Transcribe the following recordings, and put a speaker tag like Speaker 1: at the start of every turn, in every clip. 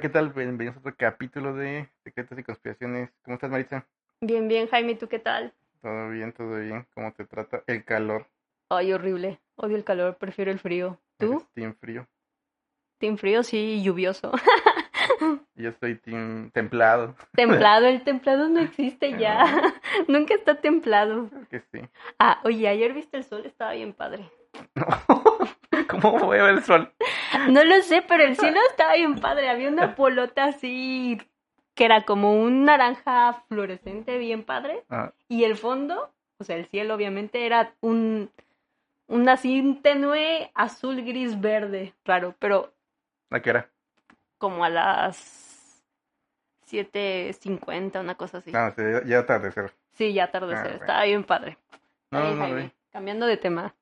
Speaker 1: ¿qué tal? Bienvenidos a otro capítulo de Secretos y Conspiraciones. ¿Cómo estás, Maritza?
Speaker 2: Bien, bien, Jaime, ¿tú qué tal?
Speaker 1: Todo bien, todo bien. ¿Cómo te trata el calor?
Speaker 2: Ay, horrible. Odio el calor, prefiero el frío. ¿Tú?
Speaker 1: ¿Eres este team frío.
Speaker 2: Team frío, sí, y lluvioso.
Speaker 1: Yo soy team templado.
Speaker 2: templado, el templado no existe ya. Nunca está templado.
Speaker 1: Creo que sí.
Speaker 2: Ah, oye, ayer viste el sol, estaba bien padre.
Speaker 1: ¿Cómo voy a ver el sol?
Speaker 2: No lo sé, pero el cielo estaba bien padre. Había una polota así que era como un naranja fluorescente bien padre.
Speaker 1: Ah,
Speaker 2: Y el fondo, o sea, el cielo obviamente era un, un así un tenue azul, gris, verde, raro, pero
Speaker 1: ¿A qué hora?
Speaker 2: como a las 7.50, una cosa así.
Speaker 1: No, Ah, sí, ya- ya atardecer.
Speaker 2: Sí, ya atardecer.
Speaker 1: Ah,
Speaker 2: Estaba bien padre.
Speaker 1: No,
Speaker 2: Oye,
Speaker 1: no,
Speaker 2: Jaime,
Speaker 1: no,
Speaker 2: cambiando de tema,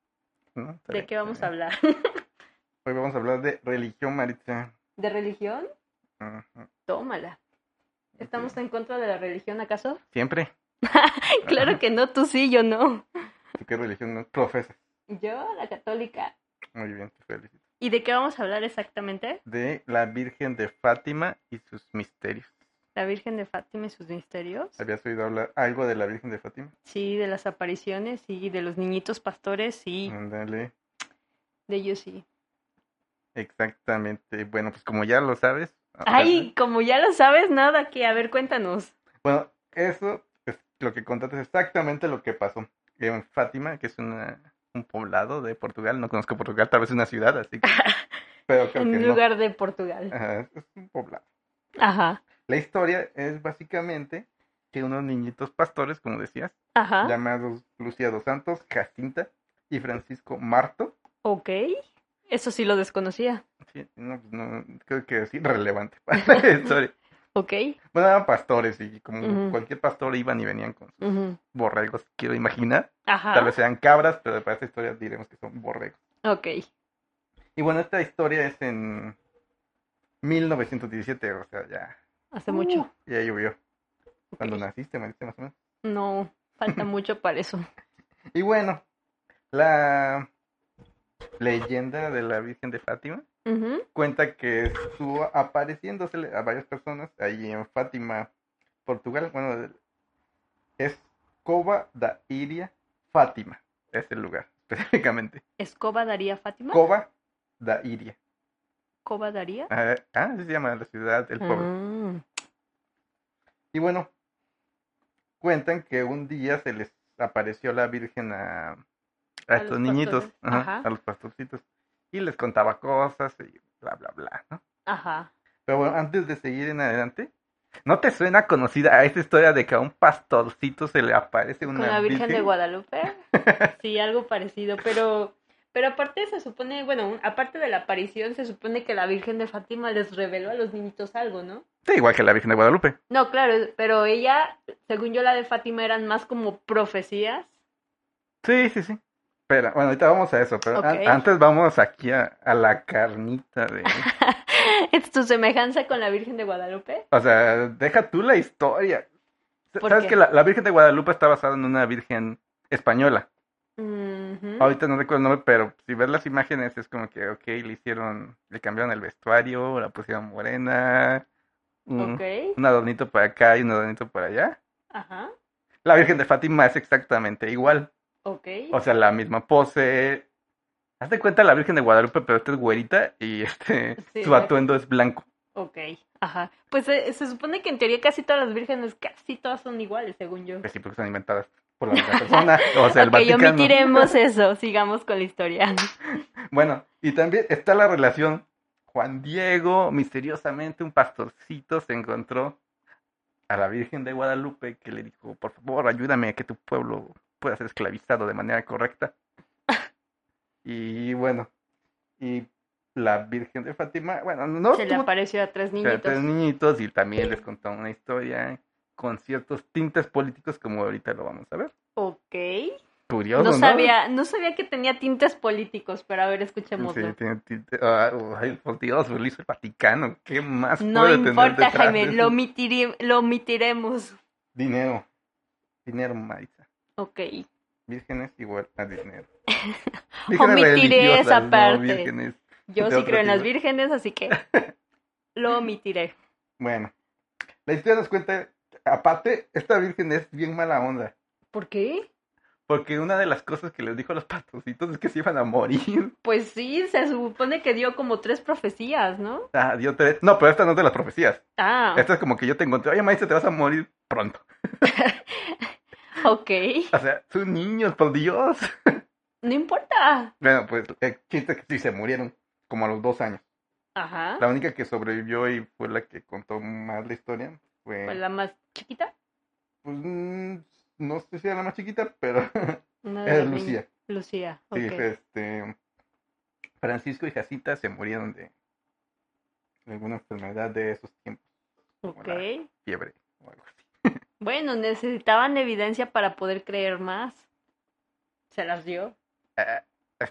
Speaker 1: no, está
Speaker 2: ¿de
Speaker 1: bien,
Speaker 2: qué
Speaker 1: está
Speaker 2: vamos a
Speaker 1: bien.
Speaker 2: hablar?
Speaker 1: Hoy vamos a hablar de religión, Maritza.
Speaker 2: ¿De religión?
Speaker 1: Ajá.
Speaker 2: Tómala. ¿Estamos en contra de la religión acaso?
Speaker 1: ¿Siempre?
Speaker 2: Claro que no, tú sí, yo no.
Speaker 1: ¿Tú qué religión no profesas?
Speaker 2: Yo, la católica.
Speaker 1: Muy bien, te felicito.
Speaker 2: ¿Y de qué vamos a hablar exactamente?
Speaker 1: De la Virgen de Fátima y sus misterios.
Speaker 2: ¿La Virgen de Fátima y sus misterios?
Speaker 1: ¿Habías oído hablar algo de la Virgen de Fátima?
Speaker 2: Sí, de las apariciones y de los niñitos pastores, sí,
Speaker 1: Mm. Ándale.
Speaker 2: de ellos sí.
Speaker 1: Exactamente. Bueno, pues como ya lo sabes. ah, o sea,
Speaker 2: Ay, como ya lo sabes, nada que, a ver, cuéntanos.
Speaker 1: Bueno, eso es lo que contaste, es exactamente lo que pasó en Fátima, que es una, un poblado de Portugal. No conozco Portugal, tal vez es una ciudad, así que. Pero creo
Speaker 2: en
Speaker 1: que
Speaker 2: un
Speaker 1: no.
Speaker 2: lugar de Portugal.
Speaker 1: Ajá, es un poblado.
Speaker 2: Ajá,
Speaker 1: La historia es básicamente que unos niñitos pastores, como decías,
Speaker 2: ajá.
Speaker 1: llamados Lucía dos Santos, Jacinta y Francisco Marto.
Speaker 2: Ok, eso sí lo desconocía.
Speaker 1: Sí, no, pues, no, creo que es irrelevante para la historia.
Speaker 2: Ok.
Speaker 1: Bueno, eran pastores y como
Speaker 2: Ujú.
Speaker 1: cualquier pastor iban y venían con sus
Speaker 2: ujú.
Speaker 1: borregos, quiero imaginar.
Speaker 2: Ajá.
Speaker 1: Tal vez sean cabras, pero para esta historia diremos que son borregos.
Speaker 2: Ok.
Speaker 1: Y bueno, esta historia es en 1917, o sea, ya,
Speaker 2: Hace
Speaker 1: Mm.
Speaker 2: mucho.
Speaker 1: ya llovió.
Speaker 2: Ok.
Speaker 1: Cuando naciste, me dijiste más o menos.
Speaker 2: No, falta mucho para eso.
Speaker 1: Y bueno, la leyenda de la Virgen de Fátima
Speaker 2: Ujú,
Speaker 1: cuenta que estuvo apareciéndosele a varias personas ahí en Fátima, Portugal. Bueno, es Cova da Iria Fátima, es el lugar específicamente.
Speaker 2: ¿Escoba daría Fátima?
Speaker 1: Cova da Iria.
Speaker 2: ¿Coba daría?
Speaker 1: Ah, ah, así se llama la ciudad, el pueblo.
Speaker 2: Ah,
Speaker 1: Y bueno, cuentan que un día se les apareció la Virgen a, a
Speaker 2: A
Speaker 1: estos
Speaker 2: los
Speaker 1: niñitos,
Speaker 2: pastores,
Speaker 1: ajá,
Speaker 2: ajá.
Speaker 1: a los pastorcitos, y les contaba cosas y bla, bla, bla, ¿no?
Speaker 2: Ajá.
Speaker 1: Pero bueno, antes de seguir en adelante, ¿no te suena conocida a esta historia de que a un pastorcito se le aparece una
Speaker 2: Con la Virgen de
Speaker 1: virgen?
Speaker 2: Guadalupe. Sí, algo parecido, pero... Pero aparte se supone, bueno, un- aparte de la aparición, se supone que la Virgen de Fátima les reveló a los niñitos algo, ¿no?
Speaker 1: Sí, igual que la Virgen de Guadalupe.
Speaker 2: No, claro, pero ella, según yo la de Fátima, eran más como profecías.
Speaker 1: Sí, sí, sí. Pero bueno, ahorita vamos a eso, pero an-
Speaker 2: Ok.
Speaker 1: antes vamos aquí a, a la carnita de...
Speaker 2: ¿Es tu semejanza con la Virgen de Guadalupe?
Speaker 1: O sea, deja tú la historia. S-
Speaker 2: ¿Por
Speaker 1: ¿Sabes
Speaker 2: qué?
Speaker 1: que la, la Virgen de Guadalupe está basada en una virgen española?
Speaker 2: Ujú.
Speaker 1: Ahorita no recuerdo el nombre, pero si ves las imágenes es como que, ok, le hicieron, le cambiaron el vestuario, la pusieron morena, un,
Speaker 2: Ok.
Speaker 1: un adornito para acá y un adornito para allá.
Speaker 2: Ajá.
Speaker 1: La Virgen de Fátima es exactamente igual.
Speaker 2: Ok.
Speaker 1: O sea, la misma pose. Haz de cuenta la Virgen de Guadalupe, pero esta es güerita y este,
Speaker 2: Sí,
Speaker 1: su
Speaker 2: exacto.
Speaker 1: atuendo es blanco.
Speaker 2: Ok. Ajá. Pues eh, se supone que en teoría casi todas las vírgenes, casi todas son iguales, según yo.
Speaker 1: Pues sí, porque son inventadas por la misma persona. O sea, el
Speaker 2: ok,
Speaker 1: Vaticano.
Speaker 2: omitiremos eso. Sigamos con la historia.
Speaker 1: Bueno, y también está la relación. Juan Diego, misteriosamente un pastorcito se encontró a la Virgen de Guadalupe que le dijo, por favor, ayúdame a que tu pueblo pueda ser esclavizado de manera correcta. Y bueno, y la Virgen de Fátima, bueno, no
Speaker 2: Se le
Speaker 1: tuvo
Speaker 2: apareció a tres niñitos.
Speaker 1: tres niñitos y también les contó una historia con ciertos tintes políticos como ahorita lo vamos a ver.
Speaker 2: Ok.
Speaker 1: Curioso,
Speaker 2: No
Speaker 1: ¿no?
Speaker 2: sabía, no sabía que tenía tintes políticos, pero a ver,
Speaker 1: Sí,
Speaker 2: escuchémoslo.
Speaker 1: tiene tinte- ah, ay, por Dios, lo hizo el Vaticano. ¿Qué más
Speaker 2: No
Speaker 1: puede tener
Speaker 2: importa,
Speaker 1: detrás
Speaker 2: Jaime,
Speaker 1: de
Speaker 2: lo,
Speaker 1: eso?
Speaker 2: omitiri- lo omitiremos.
Speaker 1: Dinero. Dinero, Maritza.
Speaker 2: Ok.
Speaker 1: Vírgenes igual a dinero.
Speaker 2: Omitiré
Speaker 1: religiosas,
Speaker 2: esa
Speaker 1: no
Speaker 2: parte.
Speaker 1: vírgenes.
Speaker 2: Yo
Speaker 1: De
Speaker 2: sí
Speaker 1: otro
Speaker 2: creo en las
Speaker 1: tipo.
Speaker 2: vírgenes, así que Lo omitiré.
Speaker 1: Bueno, la historia nos cuenta, aparte, esta virgen es bien mala onda.
Speaker 2: ¿Por qué?
Speaker 1: Porque una de las cosas que les dijo a los pastorcitos es que se iban a morir.
Speaker 2: Pues sí, se supone que dio como tres profecías, ¿no?
Speaker 1: Ah, dio tres. No, pero esta no es de las profecías.
Speaker 2: Ah,
Speaker 1: Esta es como que yo te encontré, oye, maestra, te vas a morir pronto.
Speaker 2: ok.
Speaker 1: O sea, son niños, por Dios.
Speaker 2: No importa.
Speaker 1: Bueno, pues el chiste es que sí se murieron, como a los dos años.
Speaker 2: Ajá.
Speaker 1: La única que sobrevivió y fue la que contó más la historia fue.
Speaker 2: Pues la más chiquita.
Speaker 1: Pues, mm, no sé si era la más chiquita, pero
Speaker 2: Ah, Una de
Speaker 1: era
Speaker 2: las niñas.
Speaker 1: Lucía.
Speaker 2: Lucía, ok.
Speaker 1: Sí, este. Francisco y Jacinta se murieron de de alguna enfermedad de esos tiempos,
Speaker 2: ok.
Speaker 1: la- fiebre o algo así.
Speaker 2: Bueno, necesitaban evidencia para poder creer más. Se las dio.
Speaker 1: Ah,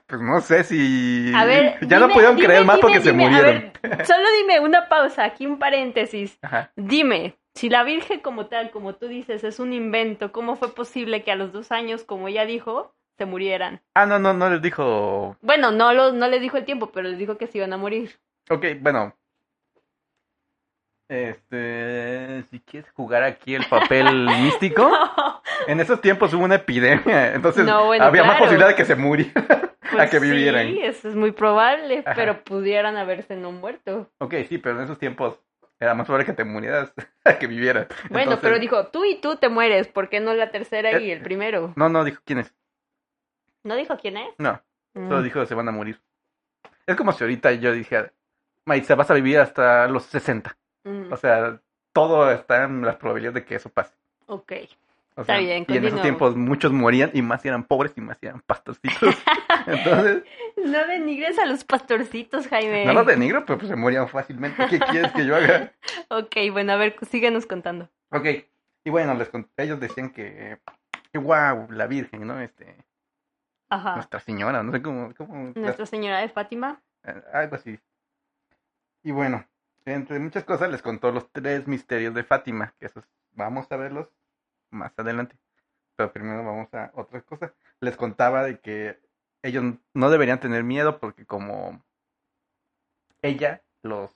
Speaker 1: Pues no sé si.
Speaker 2: A ver,
Speaker 1: ya no
Speaker 2: dime-
Speaker 1: pudieron
Speaker 2: dime,
Speaker 1: creer más
Speaker 2: dime,
Speaker 1: porque se
Speaker 2: dime, a
Speaker 1: murieron.
Speaker 2: ver, solo dime una pausa, aquí un paréntesis.
Speaker 1: Ajá.
Speaker 2: Dime, si la Virgen como tal, como tú dices, es un invento, ¿cómo fue posible que a los dos años, como ella dijo, se murieran?
Speaker 1: Ah, no, no, no les dijo.
Speaker 2: Bueno, no, lo, no les dijo el tiempo, pero les dijo que se iban a morir.
Speaker 1: Ok, bueno. Este. Si quieres jugar aquí el papel místico. En esos tiempos hubo una epidemia, entonces
Speaker 2: No, bueno,
Speaker 1: había más
Speaker 2: claro.
Speaker 1: posibilidad de que se murieran a que
Speaker 2: Pues
Speaker 1: vivieran.
Speaker 2: Sí, eso es muy probable,
Speaker 1: Ajá.
Speaker 2: pero pudieran haberse no muerto.
Speaker 1: Ok, sí, pero en esos tiempos era más probable que te murieras a que vivieras.
Speaker 2: Bueno,
Speaker 1: Entonces- Eh,
Speaker 2: pero dijo, tú y tú te mueres, ¿por qué no la tercera y el primero?
Speaker 1: No, no, dijo quién es.
Speaker 2: ¿No dijo quién es?
Speaker 1: No, solo
Speaker 2: Mm.
Speaker 1: dijo se van a morir. Es como si ahorita yo dijera, Maitza, vas a vivir hasta los 60.
Speaker 2: Mm,
Speaker 1: O sea, todo está en las probabilidades de que eso pase.
Speaker 2: Ok.
Speaker 1: O
Speaker 2: Está
Speaker 1: sea, Y en
Speaker 2: bien,
Speaker 1: esos
Speaker 2: continuamos.
Speaker 1: tiempos muchos morían y más si eran pobres y más si eran pastorcitos. Entonces,
Speaker 2: No denigres a los pastorcitos, Jaime.
Speaker 1: no los denigro, pero pues se morían fácilmente. ¿Qué quieres que yo haga?
Speaker 2: Ok, bueno, a ver, síguenos contando.
Speaker 1: Ok, y bueno, les cont- ellos decían que, wow, la Virgen, ¿no? Este,
Speaker 2: Ajá.
Speaker 1: Nuestra Señora, no sé cómo, cómo
Speaker 2: Ah. Nuestra Señora de Fátima.
Speaker 1: eh, algo así. Y bueno, entre muchas cosas les contó los tres misterios de Fátima, que esos vamos a verlos más adelante. Pero primero vamos a otra cosa. Les contaba de que ellos no deberían tener miedo porque como ella los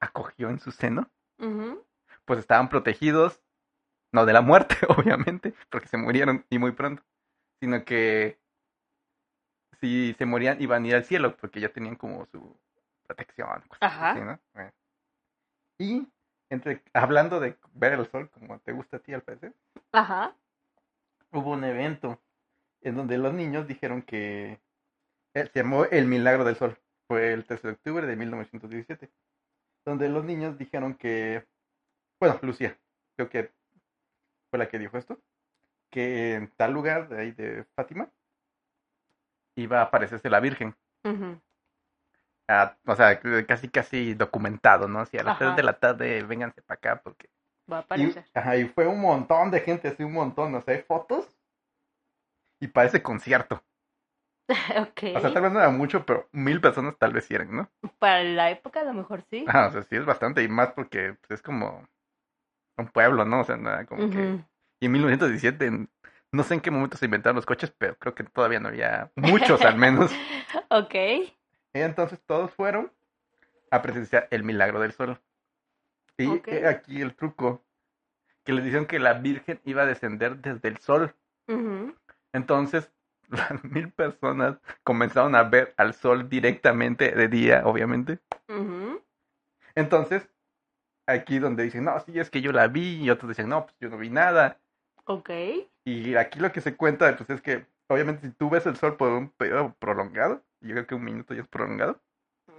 Speaker 1: acogió en su seno,
Speaker 2: Ujú.
Speaker 1: pues estaban protegidos, no de la muerte, obviamente, porque se murieron y muy pronto, sino que si se morían iban a ir al cielo, porque ya tenían como su protección. cosas
Speaker 2: Ajá.
Speaker 1: así, ¿no? Bueno. Y entre, hablando de ver el sol, como te gusta a ti al parecer,
Speaker 2: Ajá.
Speaker 1: hubo un evento en donde los niños dijeron que eh, se llamó El Milagro del Sol. Fue el 13 de octubre de 1917. Donde los niños dijeron que, bueno, Lucía, creo que fue la que dijo esto, que en tal lugar de ahí de Fátima iba a aparecerse la Virgen.
Speaker 2: Ujú.
Speaker 1: Ah, o sea, casi, casi documentado, ¿no? Si a las
Speaker 2: Ajá.
Speaker 1: 3 de la tarde, vénganse para acá porque
Speaker 2: Va a
Speaker 1: y,
Speaker 2: aparecer.
Speaker 1: ajá, y fue un montón de gente, así un montón, o sea, hay fotos. Y parece concierto.
Speaker 2: Ok.
Speaker 1: O sea, tal vez no era mucho, pero mil personas tal vez sí eran, ¿no?
Speaker 2: Para la época a lo mejor sí.
Speaker 1: Ajá, o sea, sí es bastante, y más porque pues, es como un pueblo, ¿no? O sea, nada, como que...
Speaker 2: Ujú.
Speaker 1: Y en 1917, en- no sé en qué momento se inventaron los coches, pero creo que todavía no había muchos al menos.
Speaker 2: Ok.
Speaker 1: Y entonces todos fueron a presenciar el milagro del sol. Y
Speaker 2: Ok.
Speaker 1: he aquí el truco, que les dijeron que la Virgen iba a descender desde el sol.
Speaker 2: Ujú.
Speaker 1: Entonces, las mil personas comenzaron a ver al sol directamente de día, obviamente.
Speaker 2: Ujú.
Speaker 1: Entonces, aquí donde dicen, no, sí, es que yo la vi, y otros dicen, no, pues yo no vi nada.
Speaker 2: Ok.
Speaker 1: Y aquí lo que se cuenta, pues es que, obviamente, si tú ves el sol por un periodo prolongado, yo creo que un minuto ya es prolongado,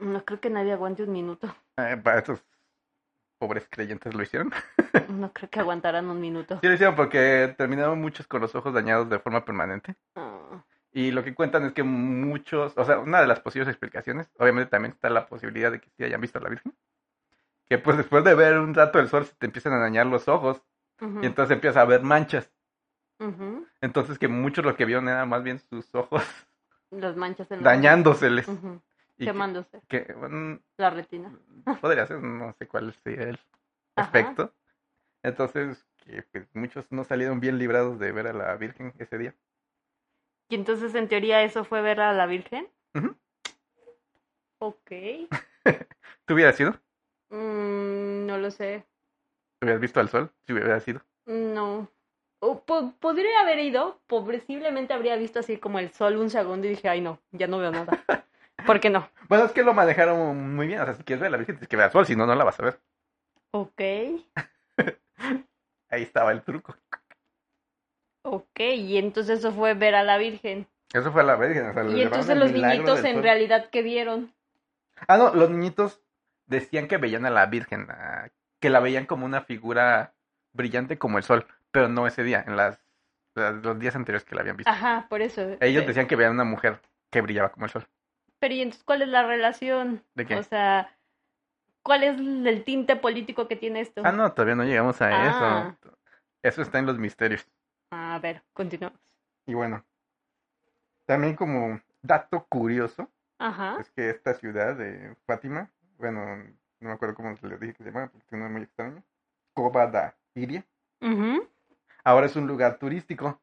Speaker 2: No creo que nadie aguante un minuto.
Speaker 1: eh, para estos pobres creyentes lo hicieron.
Speaker 2: No creo que aguantaran un minuto.
Speaker 1: Sí lo hicieron porque terminaron muchos con los ojos dañados de forma permanente.
Speaker 2: Ah.
Speaker 1: Y lo que cuentan es que muchos, o sea, una de las posibles explicaciones, obviamente también está la posibilidad de que sí hayan visto a la Virgen, que pues después de ver un rato el sol se te empiezan a dañar los ojos
Speaker 2: Ujú.
Speaker 1: y entonces empiezas a ver manchas.
Speaker 2: Ujú.
Speaker 1: Entonces que muchos lo que vieron era más bien sus ojos
Speaker 2: Las manchas en los
Speaker 1: dañándoseles.
Speaker 2: Ujú.
Speaker 1: Y que-
Speaker 2: Quemándose
Speaker 1: que, bueno,
Speaker 2: la retina.
Speaker 1: podría ser, no sé cuál sería el
Speaker 2: Ajá.
Speaker 1: efecto. Entonces, que pues, muchos no salieron bien librados de ver a la Virgen ese día.
Speaker 2: Y entonces, en teoría, eso fue ver a la Virgen.
Speaker 1: Ujú.
Speaker 2: Ok.
Speaker 1: ¿Tú ¿Tú hubieras sido?
Speaker 2: Mm, no lo sé.
Speaker 1: ¿Hubieras visto al sol? Si hubieras sido.
Speaker 2: No. O po- podría haber ido, posiblemente habría visto así como el sol un segundo y dije, ay no, ya no veo nada. ¿Por qué no?
Speaker 1: Bueno, Pues es que lo manejaron muy bien. O sea, si quieres ver a la Virgen, tienes que ver al sol, si no, no la vas a ver.
Speaker 2: Ok,
Speaker 1: Ahí estaba el truco.
Speaker 2: ok, y entonces eso fue ver a la Virgen.
Speaker 1: Eso fue la Virgen. o sea, le
Speaker 2: Y
Speaker 1: llevaron
Speaker 2: entonces
Speaker 1: el
Speaker 2: los
Speaker 1: milagro
Speaker 2: niñitos
Speaker 1: del
Speaker 2: en
Speaker 1: sol.
Speaker 2: realidad que vieron.
Speaker 1: Ah, no, los niñitos decían que veían a la Virgen, ah, que la veían como una figura brillante como el sol, pero no ese día, en las, las- los días anteriores que la habían visto.
Speaker 2: Ajá, por eso.
Speaker 1: Ellos
Speaker 2: Pe-
Speaker 1: decían que veían a una mujer que brillaba como el sol.
Speaker 2: Pero ¿y entonces cuál es la relación?
Speaker 1: ¿De qué?
Speaker 2: O sea, ¿cuál es el tinte político que tiene esto?
Speaker 1: Ah, no, todavía no llegamos a
Speaker 2: Ah.
Speaker 1: eso. Eso está en los misterios.
Speaker 2: A ver, continuamos.
Speaker 1: Y bueno, también como dato curioso,
Speaker 2: Ajá.
Speaker 1: es que esta ciudad de Fátima, bueno, no me acuerdo cómo se le dije que se llamaba, porque tiene un nombre muy extraño, Cobada Iria,
Speaker 2: Ujú,
Speaker 1: ahora es un lugar turístico.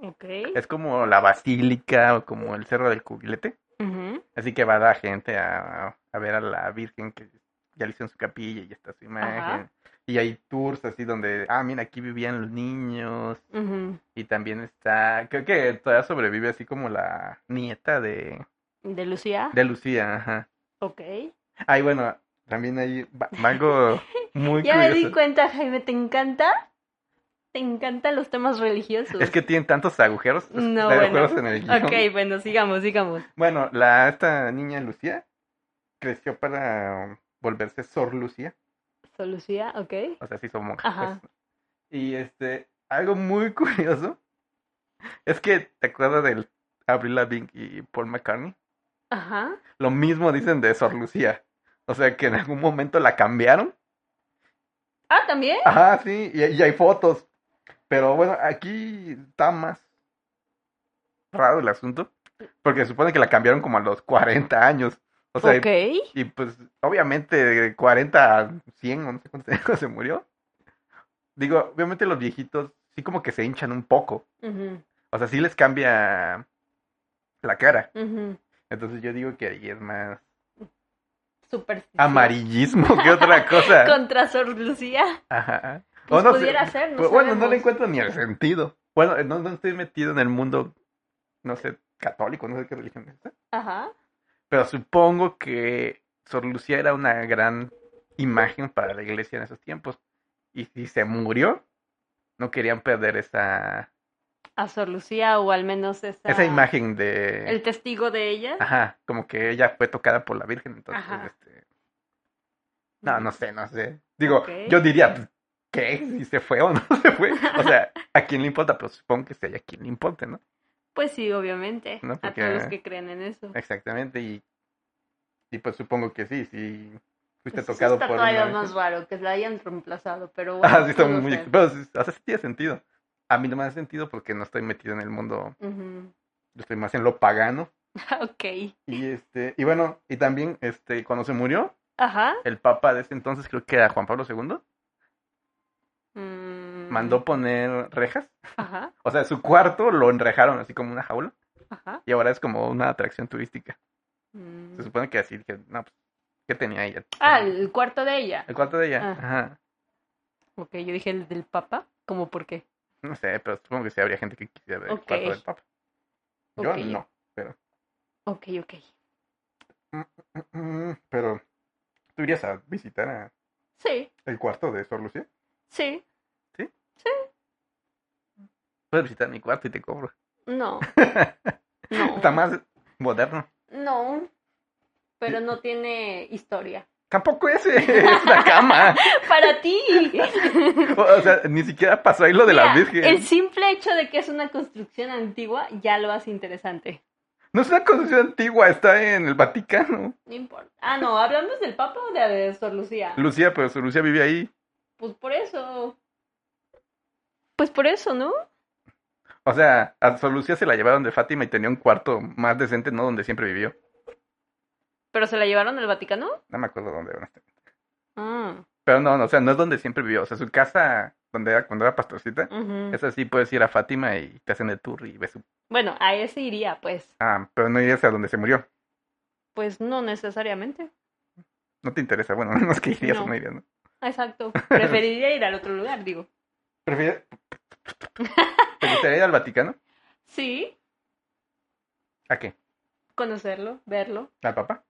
Speaker 2: Ok.
Speaker 1: Es como la basílica o como el cerro del cubilete.
Speaker 2: Ujú,
Speaker 1: Así que va la gente a, a ver a la Virgen que ya le hicieron su capilla y ya está su imagen. Y hay tours así donde, ah, mira, aquí vivían los niños.
Speaker 2: ujú.
Speaker 1: Y también está, creo que todavía sobrevive así como la nieta de,
Speaker 2: ¿De Lucía?
Speaker 1: de Lucía. Ajá.
Speaker 2: Ok.
Speaker 1: Ay, bueno, también hay va- algo muy
Speaker 2: Ya me di
Speaker 1: curioso.
Speaker 2: cuenta, Jaime, ¿te encanta? ¿Te encantan los temas religiosos?
Speaker 1: Es que tienen tantos agujeros, es-
Speaker 2: No,
Speaker 1: hay
Speaker 2: bueno.
Speaker 1: agujeros en el guión.
Speaker 2: Ok, bueno, sigamos, sigamos.
Speaker 1: Bueno, la, esta niña Lucía creció para um, volverse Sor Lucía,
Speaker 2: ¿So Lucía? Ok.
Speaker 1: o sea, se hizo monja.
Speaker 2: Ajá.
Speaker 1: pues. Y este, algo muy curioso es que te acuerdas del Avril Lavigne y Paul McCartney,
Speaker 2: Ajá.
Speaker 1: lo mismo dicen de Sor Lucía. O sea, que en algún momento la cambiaron.
Speaker 2: Ah, ¿también?
Speaker 1: Ajá, sí, y, y hay fotos. Pero bueno, aquí está más raro el asunto, porque se supone que la cambiaron como a los 40 años. O sea,
Speaker 2: ok.
Speaker 1: Y pues, obviamente, de 40 a 100, o no sé cuántos años se murió. Digo, obviamente los viejitos sí como que se hinchan un poco.
Speaker 2: Ujú,
Speaker 1: O sea, sí les cambia la cara.
Speaker 2: ujú.
Speaker 1: Entonces yo digo que ahí es más
Speaker 2: Superstición.
Speaker 1: amarillismo que otra cosa.
Speaker 2: Contra Sor Lucía.
Speaker 1: Ajá. ¿Ah? O
Speaker 2: Pues
Speaker 1: no sé,
Speaker 2: pudiera ser, no
Speaker 1: pero bueno, no le
Speaker 2: sabemos.
Speaker 1: encuentro ni el sentido. Bueno, no, no estoy metido en el mundo, no sé, católico, no sé qué religión es. esa.
Speaker 2: Ajá.
Speaker 1: Pero supongo que Sor Lucía era una gran imagen para la iglesia en esos tiempos. Y si se murió, no querían perder esa,
Speaker 2: A Sor Lucía o al menos esa...
Speaker 1: esa imagen Ah, de...
Speaker 2: El testigo de ella.
Speaker 1: Ajá, como que ella fue tocada por la Virgen, entonces,
Speaker 2: Ajá.
Speaker 1: este... No, no sé, no sé. Digo,
Speaker 2: Ok.
Speaker 1: yo diría, pues, ¿qué? ¿Si se fue o no se fue? O sea, ¿a quién le importa? Pero supongo que sí hay a quien le importe, ¿no?
Speaker 2: Pues sí, obviamente.
Speaker 1: No,
Speaker 2: A
Speaker 1: porque-
Speaker 2: todos los que creen en eso.
Speaker 1: Exactamente, y, y pues supongo que sí, sí fuiste
Speaker 2: Pues, eso
Speaker 1: tocado
Speaker 2: está
Speaker 1: por una
Speaker 2: todavía
Speaker 1: virgen.
Speaker 2: más raro que la hayan reemplazado, pero bueno.
Speaker 1: Ah, sí, está
Speaker 2: pudo
Speaker 1: muy.
Speaker 2: ser.
Speaker 1: Pero, sí, o sea, sí tiene sentido. A mí no me hace sentido porque no estoy metido en el mundo.
Speaker 2: Ujú.
Speaker 1: Yo estoy más en lo pagano.
Speaker 2: Ok.
Speaker 1: Y este, y bueno, y también, este, cuando se murió,
Speaker 2: Ajá.
Speaker 1: el papa de ese entonces, creo que era Juan Pablo II,
Speaker 2: Mm,
Speaker 1: mandó poner rejas.
Speaker 2: Ajá,
Speaker 1: O sea, su cuarto lo enrejaron así como una jaula.
Speaker 2: ajá.
Speaker 1: Y ahora es como una atracción turística.
Speaker 2: Mm.
Speaker 1: Se supone que así dije, no, pues, ¿qué tenía ella?
Speaker 2: Ah, el cuarto de ella.
Speaker 1: El cuarto de ella.
Speaker 2: Ah.
Speaker 1: Ajá.
Speaker 2: Ok, yo dije el del papa. ¿Cómo por qué?
Speaker 1: No sé, pero supongo que sí habría gente que quisiera ver
Speaker 2: Ok.
Speaker 1: el cuarto del papa. Yo
Speaker 2: Ok.
Speaker 1: no.
Speaker 2: Ok, ok.
Speaker 1: Mm, Pero, ¿tú irías a visitar a
Speaker 2: Sí,
Speaker 1: ¿El cuarto de Sor Lucía?
Speaker 2: sí.
Speaker 1: Puedes visitar mi cuarto y te cobro.
Speaker 2: No, no.
Speaker 1: Está más moderno.
Speaker 2: No. Pero no tiene historia.
Speaker 1: Tampoco ese, es la cama.
Speaker 2: Para ti.
Speaker 1: O, o sea, ni siquiera pasó ahí lo de la
Speaker 2: Mira,
Speaker 1: Virgen.
Speaker 2: El simple hecho de que es una construcción antigua ya lo hace interesante.
Speaker 1: No es una construcción antigua, está en el Vaticano.
Speaker 2: No importa. Ah, no, hablamos del Papa o de, de Sor Lucía.
Speaker 1: Lucía, pero Sor Lucía vive ahí.
Speaker 2: Pues por eso. Pues por eso, ¿no?
Speaker 1: O sea, a Sor Lucía se la llevaron de Fátima y tenía un cuarto más decente, no donde siempre vivió.
Speaker 2: ¿Pero se la llevaron al Vaticano?
Speaker 1: No me acuerdo dónde. honestamente.
Speaker 2: Ah,
Speaker 1: Pero no, no, o sea, no es donde siempre vivió. O sea, su casa, donde era, cuando era pastorcita,
Speaker 2: ujú.
Speaker 1: es así, puedes ir a Fátima y te hacen el tour y ves su...
Speaker 2: Bueno, a ese iría, pues.
Speaker 1: Ah, pero no irías a donde se murió.
Speaker 2: Pues no necesariamente.
Speaker 1: No te interesa, bueno, a menos que irías
Speaker 2: No.
Speaker 1: o no irías, ¿no?
Speaker 2: Exacto. Preferiría ir al otro lugar, digo.
Speaker 1: Prefieres- ¿Te gustaría ir al Vaticano?
Speaker 2: Sí,
Speaker 1: ¿A qué?
Speaker 2: conocerlo, verlo.
Speaker 1: ¿Al Papa?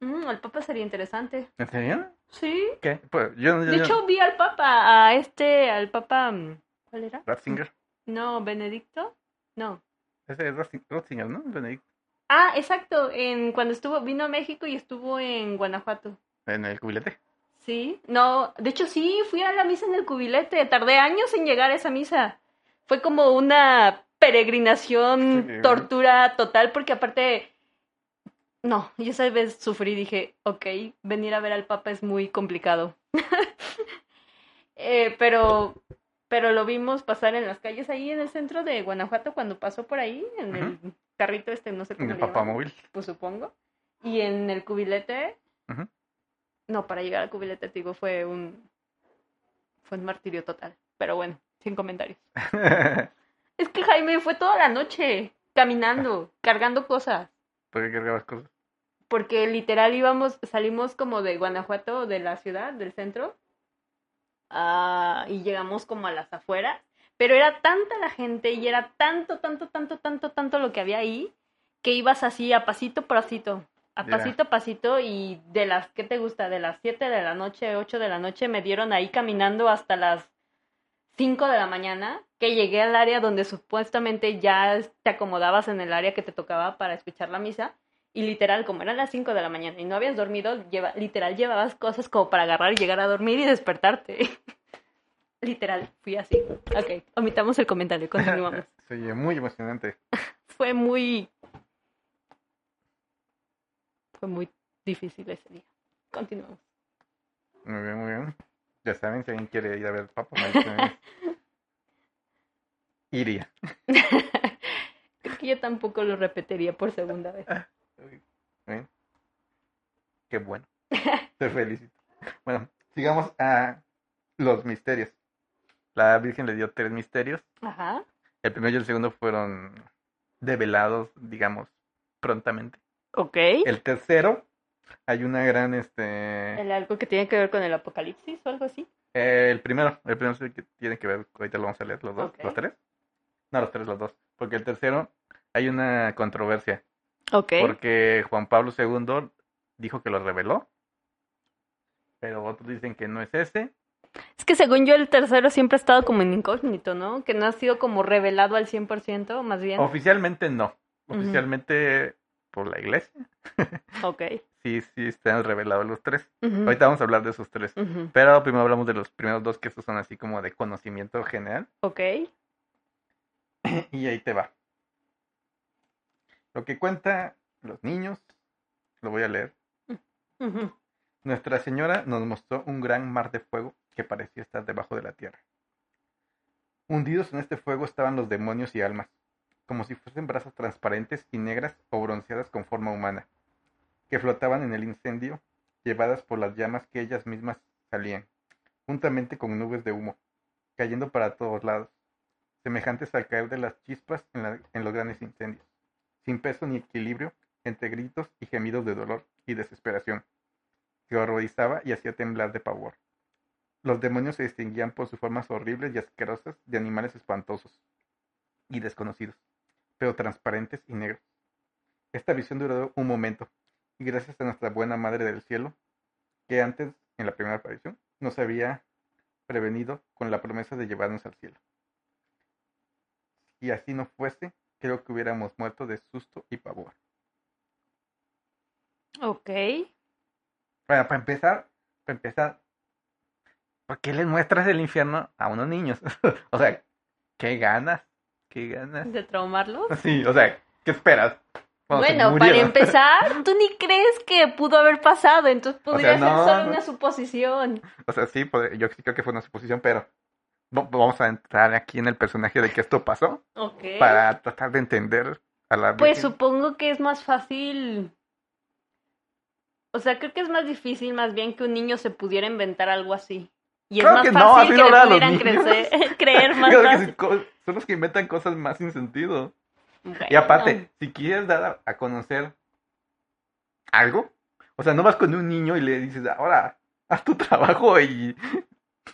Speaker 2: Mm, al Papa sería interesante.
Speaker 1: ¿En serio?
Speaker 2: Sí.
Speaker 1: ¿Qué? Pues yo, yo,
Speaker 2: De
Speaker 1: yo-
Speaker 2: hecho, vi al Papa, a este, al Papa. mm, ¿Cuál era?
Speaker 1: Ratzinger.
Speaker 2: No, Benedicto. No.
Speaker 1: Ese es Ratzi- Ratzinger, ¿no? Benedict-
Speaker 2: Ah, exacto. En, cuando estuvo, vino a México y estuvo en Guanajuato.
Speaker 1: En el cubilete.
Speaker 2: Sí, no, de hecho sí, fui a la misa en el cubilete, tardé años en llegar a esa misa. Fue como una peregrinación,
Speaker 1: Sí.
Speaker 2: tortura total, porque aparte, no, yo esa vez sufrí, dije, ok, venir a ver al Papa es muy complicado. Eh, pero, pero lo vimos pasar en las calles ahí en el centro de Guanajuato cuando pasó por ahí, en el carrito este, no sé
Speaker 1: En
Speaker 2: cómo
Speaker 1: el
Speaker 2: le
Speaker 1: Papá
Speaker 2: llaman
Speaker 1: Móvil.
Speaker 2: pues supongo. Y en el cubilete,
Speaker 1: Ujú.
Speaker 2: no, para llegar al cubilete, te digo, fue un, fue un martirio total. Pero bueno, sin comentarios. Es que Jaime fue toda la noche caminando, cargando cosas.
Speaker 1: Porque cargabas cosas.
Speaker 2: Porque literal íbamos, salimos como de Guanajuato, de la ciudad, del centro, ah, y llegamos como a las afueras. Pero era tanta la gente y era tanto, tanto, tanto, tanto, tanto lo que había ahí, que ibas así a pasito por pasito, a
Speaker 1: Ya.
Speaker 2: pasito a pasito, y de las, ¿qué te gusta? De las 7 de la noche, 8 de la noche, me dieron ahí caminando hasta las 5 de la mañana, que llegué al área donde supuestamente ya te acomodabas en el área que te tocaba para escuchar la misa. Y literal, como eran las 5 de la mañana y no habías dormido, lleva- literal llevabas cosas como para agarrar y llegar a dormir y despertarte. literal, fui así. Ok, omitamos el comentario, continuamos.
Speaker 1: Se oye muy emocionante.
Speaker 2: Fue muy... Fue muy difícil ese día. Continuamos.
Speaker 1: Muy bien, muy bien. Ya saben, si alguien quiere ir a ver al Papa, ahí tenemos. iría.
Speaker 2: Creo que yo tampoco lo repetiría por segunda vez.
Speaker 1: Bien. ¿eh? Qué bueno. Te felicito. Bueno, sigamos a los misterios. La Virgen le dio tres misterios.
Speaker 2: Ajá.
Speaker 1: El primero y el segundo fueron develados, digamos, prontamente.
Speaker 2: Ok.
Speaker 1: El tercero, hay una gran, este, el,
Speaker 2: El algo que tiene que ver con el apocalipsis o algo así.
Speaker 1: primero, el primero es el que tiene que ver, ahorita lo vamos a leer los dos,
Speaker 2: Ok.
Speaker 1: los tres. No, los tres, los dos. Porque el tercero, hay una controversia.
Speaker 2: Ok.
Speaker 1: Porque Juan Pablo II dijo que lo reveló. Pero otros dicen que no es ese.
Speaker 2: Es que según yo el tercero siempre ha estado como en incógnito, ¿no? Que no ha sido como revelado al 100%, más bien.
Speaker 1: Oficialmente no.
Speaker 2: Ujú.
Speaker 1: Oficialmente por la iglesia.
Speaker 2: Ok.
Speaker 1: Sí, sí están revelados los tres.
Speaker 2: Ujú,
Speaker 1: Ahorita vamos a hablar de esos tres.
Speaker 2: ujú.
Speaker 1: Pero primero hablamos de los primeros dos, que estos son así como de conocimiento general.
Speaker 2: Ok.
Speaker 1: Y ahí te va. Lo que cuenta los niños, lo voy a leer.
Speaker 2: Ujú.
Speaker 1: Nuestra Señora nos mostró un gran mar de fuego que parecía estar debajo de la tierra. Hundidos en este fuego estaban los demonios y almas, como si fuesen brasas transparentes y negras o bronceadas con forma humana, que flotaban en el incendio, llevadas por las llamas que ellas mismas salían, juntamente con nubes de humo, cayendo para todos lados, semejantes al caer de las chispas en, la- en los grandes incendios, sin peso ni equilibrio, entre gritos y gemidos de dolor y desesperación que horrorizaba y hacía temblar de pavor. Los demonios se distinguían por sus formas horribles y asquerosas de animales espantosos y desconocidos, pero transparentes y negros. Esta visión duró un momento, y gracias a nuestra buena Madre del Cielo, que antes, en la primera aparición, nos había prevenido con la promesa de llevarnos al cielo. Si así no fuese, creo que hubiéramos muerto de susto y pavor.
Speaker 2: Ok.
Speaker 1: Bueno, para empezar, para empezar, ¿por qué les muestras el infierno a unos niños? o sea, ¿qué ganas? ¿Qué ganas?
Speaker 2: ¿De traumarlo?
Speaker 1: Sí, o sea, ¿qué esperas? Cuando se
Speaker 2: Bueno,
Speaker 1: murió.
Speaker 2: para empezar, tú ni crees que pudo haber pasado, entonces podría
Speaker 1: no,
Speaker 2: ser solo
Speaker 1: no.
Speaker 2: una suposición.
Speaker 1: O sea, sí, pues, yo creo que fue una suposición, pero no- vamos a entrar aquí en el personaje de que esto pasó
Speaker 2: Ok.
Speaker 1: para tratar de entender a la
Speaker 2: ¿Eh? Pues
Speaker 1: Virgen.
Speaker 2: supongo que es más fácil. O sea, creo que es más difícil más bien que un niño se pudiera inventar algo así. Y es
Speaker 1: Claro
Speaker 2: más
Speaker 1: que no, así
Speaker 2: fácil
Speaker 1: no
Speaker 2: que le
Speaker 1: hablan los
Speaker 2: pudieran
Speaker 1: niños.
Speaker 2: crecer- creer más
Speaker 1: Creo que sí,
Speaker 2: fácil.
Speaker 1: co- son los que inventan cosas más sin sentido. Y
Speaker 2: Bueno.
Speaker 1: aparte, si quieres dar a- a conocer algo, O sea, no vas con un niño y le dices, ahora, haz tu trabajo y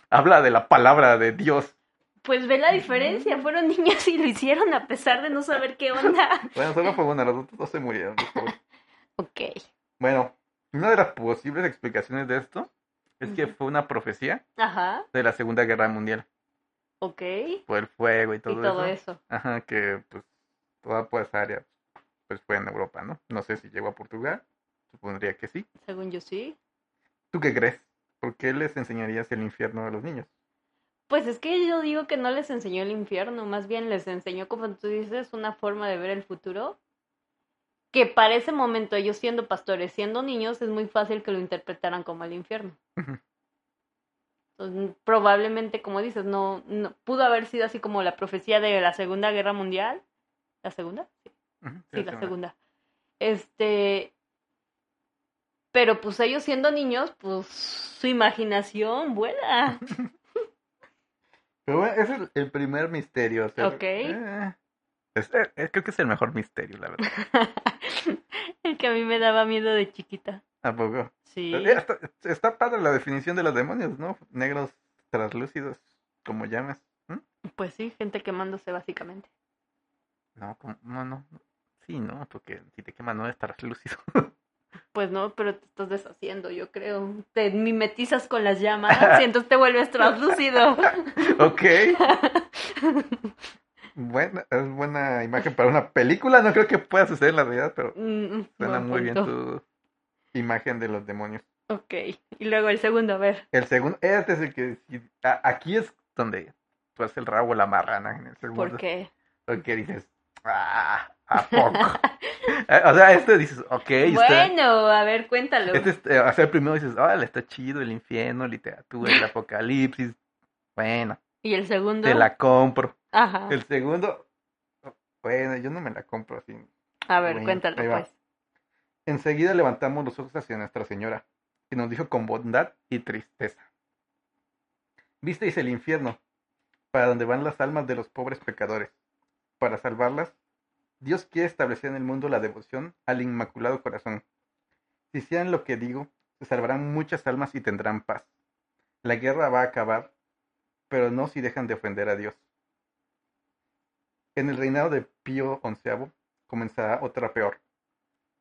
Speaker 1: habla de la palabra de Dios.
Speaker 2: Pues ve la diferencia, fueron niños y lo hicieron a pesar de no saber qué onda.
Speaker 1: Bueno, solo fue una, los otros dos se murieron. los pobres.
Speaker 2: Ok.
Speaker 1: Bueno, una de las posibles explicaciones de esto es que
Speaker 2: Ujú.
Speaker 1: fue una profecía
Speaker 2: Ajá,
Speaker 1: de la Segunda Guerra Mundial,
Speaker 2: ok.
Speaker 1: por el fuego y todo,
Speaker 2: y todo
Speaker 1: eso.
Speaker 2: eso.
Speaker 1: Ajá, que pues toda pues, esa área pues fue en Europa, ¿no? No sé si llegó a Portugal, supondría que sí.
Speaker 2: Según yo sí.
Speaker 1: ¿Tú qué crees? ¿Por qué les enseñarías el infierno a los niños?
Speaker 2: Pues es que yo digo que no les enseñó el infierno, más bien les enseñó, como tú dices, una forma de ver el futuro. Que para ese momento, ellos siendo pastores, siendo niños, es muy fácil que lo interpretaran como el infierno.
Speaker 1: Ujú.
Speaker 2: Entonces, probablemente, como dices, no, no pudo haber sido así como la profecía de la Segunda Guerra Mundial. ¿La Segunda?
Speaker 1: Ujú,
Speaker 2: Sí,
Speaker 1: hace
Speaker 2: la
Speaker 1: una-
Speaker 2: segunda. Este. Pero pues ellos siendo niños, pues su imaginación vuela.
Speaker 1: Pero bueno, ese es el- el primer misterio. o sea,
Speaker 2: Ok.
Speaker 1: eh, es- eh, eh, creo que es el mejor misterio, la verdad.
Speaker 2: El que a mí me daba miedo de chiquita.
Speaker 1: ¿A poco?
Speaker 2: Sí.
Speaker 1: Eh, Está, está padre la definición de los demonios, ¿no? Negros translúcidos, como llamas. ¿Mm?
Speaker 2: Pues sí, gente quemándose básicamente.
Speaker 1: No, como- no, no. no. Sí, no, porque si te quema no es translúcido.
Speaker 2: Pues no, pero te estás deshaciendo, yo creo. Te mimetizas con las llamas y entonces te vuelves translúcido.
Speaker 1: ok. Buena, es buena imagen para una película. No creo que pueda suceder en la realidad, pero
Speaker 2: Mm,
Speaker 1: suena
Speaker 2: buen
Speaker 1: muy bien
Speaker 2: punto.
Speaker 1: tu imagen de los demonios.
Speaker 2: Ok. Y luego el segundo, a ver.
Speaker 1: El segundo, este es el que sí, a- aquí es donde tú haces el rabo la marrana en el segundo.
Speaker 2: ¿Por qué?
Speaker 1: Porque dices, ah, ¿a poco? Eh, o sea, este dices, ok, está-
Speaker 2: Bueno, a ver, cuéntalo.
Speaker 1: este es- eh, o sea, el primero dices, órale, está chido el infierno, literatura, el apocalipsis. Bueno,
Speaker 2: Y el segundo.
Speaker 1: te la compro.
Speaker 2: Ajá.
Speaker 1: El segundo, bueno, yo no me la compro así.
Speaker 2: A ver,
Speaker 1: Bueno,
Speaker 2: cuéntalo
Speaker 1: ahí va.
Speaker 2: pues.
Speaker 1: Enseguida levantamos los ojos hacia Nuestra Señora, que nos dijo con bondad y tristeza. Visteis el infierno, para donde van las almas de los pobres pecadores. Para salvarlas, Dios quiere establecer en el mundo la devoción al Inmaculado Corazón. Si hicieran lo que digo, se salvarán muchas almas y tendrán paz. La guerra va a acabar, pero no si dejan de ofender a Dios. En el reinado de Pío XI comenzará otra peor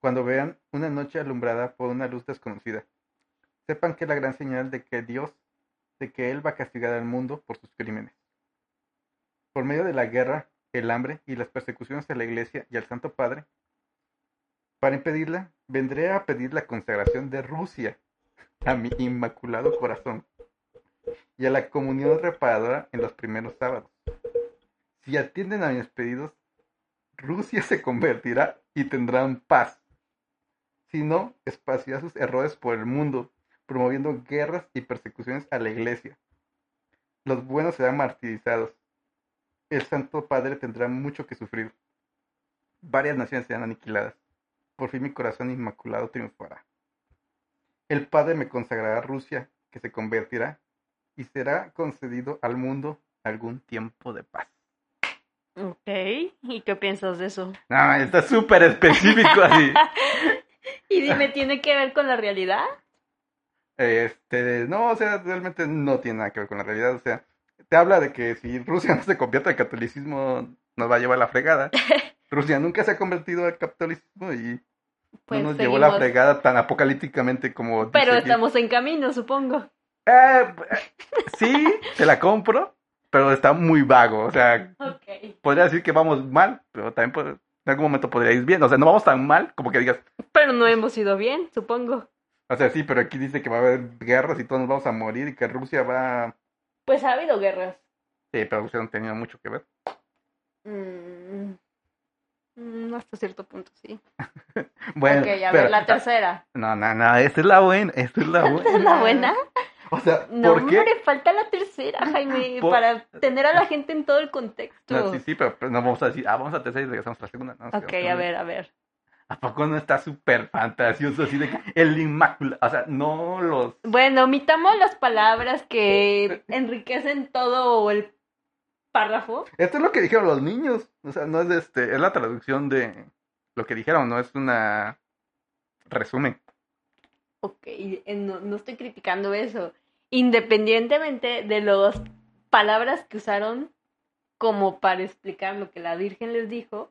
Speaker 1: cuando vean una noche alumbrada por una luz desconocida. Sepan que es la gran señal de que Dios, de que Él va a castigar al mundo por sus crímenes. Por medio de la guerra, el hambre y las persecuciones a la Iglesia y al Santo Padre, para impedirla, vendré a pedir la consagración de Rusia a mi inmaculado corazón y a la comunión reparadora en los primeros sábados. Si atienden a mis pedidos, Rusia se convertirá y tendrán paz sino espaciará sus errores por el mundo, promoviendo guerras y persecuciones a la iglesia. Los buenos serán martirizados. El Santo Padre tendrá mucho que sufrir. Varias naciones serán aniquiladas. Por fin mi corazón inmaculado triunfará. El Padre me consagrará a Rusia, que se convertirá, y será concedido al mundo algún tiempo de paz.
Speaker 2: Ok, ¿y qué piensas de eso?
Speaker 1: No, está súper específico así.
Speaker 2: y dime, ¿tiene que ver con la realidad?
Speaker 1: Este, no, o sea, realmente no tiene nada que ver con la realidad. O sea, te habla de que si Rusia no se convierte al catolicismo, nos va a llevar a la fregada. Rusia nunca se ha convertido al catolicismo y
Speaker 2: Pues
Speaker 1: no nos llevó a la
Speaker 2: seguimos.
Speaker 1: fregada tan apocalípticamente como dice
Speaker 2: Pero
Speaker 1: aquí.
Speaker 2: estamos en camino, supongo.
Speaker 1: Eh, eh, sí, te la compro, pero está muy vago. O sea,
Speaker 2: Ok.
Speaker 1: podría decir que vamos mal, pero también pod- en algún momento podría ir bien. O sea, no vamos tan mal como que digas,
Speaker 2: Pero no hemos ido bien, supongo.
Speaker 1: o sea, sí, pero aquí dice que va a haber guerras y todos nos vamos a morir y que Rusia va...
Speaker 2: Pues ha habido guerras.
Speaker 1: Sí, pero Rusia no tenía mucho que ver.
Speaker 2: Mm, mm, hasta cierto punto, sí.
Speaker 1: Bueno,
Speaker 2: ok, a
Speaker 1: pero-
Speaker 2: ver, la tercera.
Speaker 1: No, no, no, esta es la buena, esta es la buena.
Speaker 2: ¿Es la buena?
Speaker 1: O sea,
Speaker 2: No,
Speaker 1: Ah, ¿por qué?
Speaker 2: hombre, falta la tercera, Jaime,
Speaker 1: Por-
Speaker 2: para tener a la gente en todo el contexto.
Speaker 1: No, sí, sí, pero, pero no vamos a decir, ah, vamos a tercera y regresamos a la segunda. No, sí,
Speaker 2: ok,
Speaker 1: vamos
Speaker 2: a ver, a ver.
Speaker 1: ¿A poco no está súper fantasioso así de que el inmaculado? O sea, no los...
Speaker 2: Bueno, omitamos las palabras que enriquecen todo el párrafo.
Speaker 1: Esto es lo que dijeron los niños. O sea, no es de este, es la traducción de lo que dijeron, no es una resumen.
Speaker 2: Ok, eh, no, no estoy criticando eso. Independientemente de las palabras que usaron como para explicar lo que la Virgen les dijo,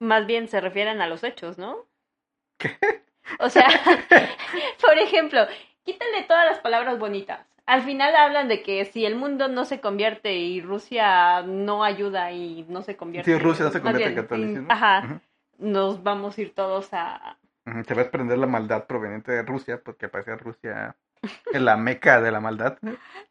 Speaker 2: más bien se refieren a los hechos, ¿no? O sea, por ejemplo, quítale todas las palabras bonitas. Al final hablan de que si el mundo no se convierte y Rusia no ayuda y no se convierte.
Speaker 1: Si Rusia no se
Speaker 2: más
Speaker 1: convierte al
Speaker 2: bien,
Speaker 1: catolicismo.
Speaker 2: Ajá,
Speaker 1: Ujú.
Speaker 2: nos vamos a ir todos a...
Speaker 1: Ujú, Se va a desprender la maldad proveniente de Rusia, porque parece Rusia es la meca de la maldad.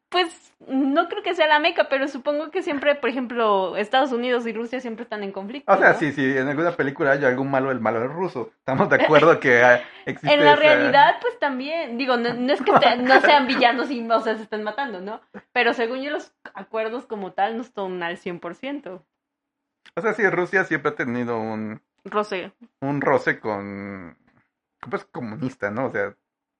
Speaker 2: Pues no creo que sea la meca, pero supongo que siempre, por ejemplo, Estados Unidos y Rusia siempre están en conflicto.
Speaker 1: O sea,
Speaker 2: ¿no?
Speaker 1: sí, sí, en alguna película hay algún malo, el malo es ruso. Estamos de acuerdo que ah, existe.
Speaker 2: En la
Speaker 1: esa-
Speaker 2: realidad, pues también, digo, no, no es que te- no sean villanos y no se estén matando, ¿no? Pero según yo, los acuerdos como tal no están al 100%.
Speaker 1: O sea, sí, Rusia siempre ha tenido un,
Speaker 2: Rosé,
Speaker 1: un roce con. Pues comunista, ¿no? O sea,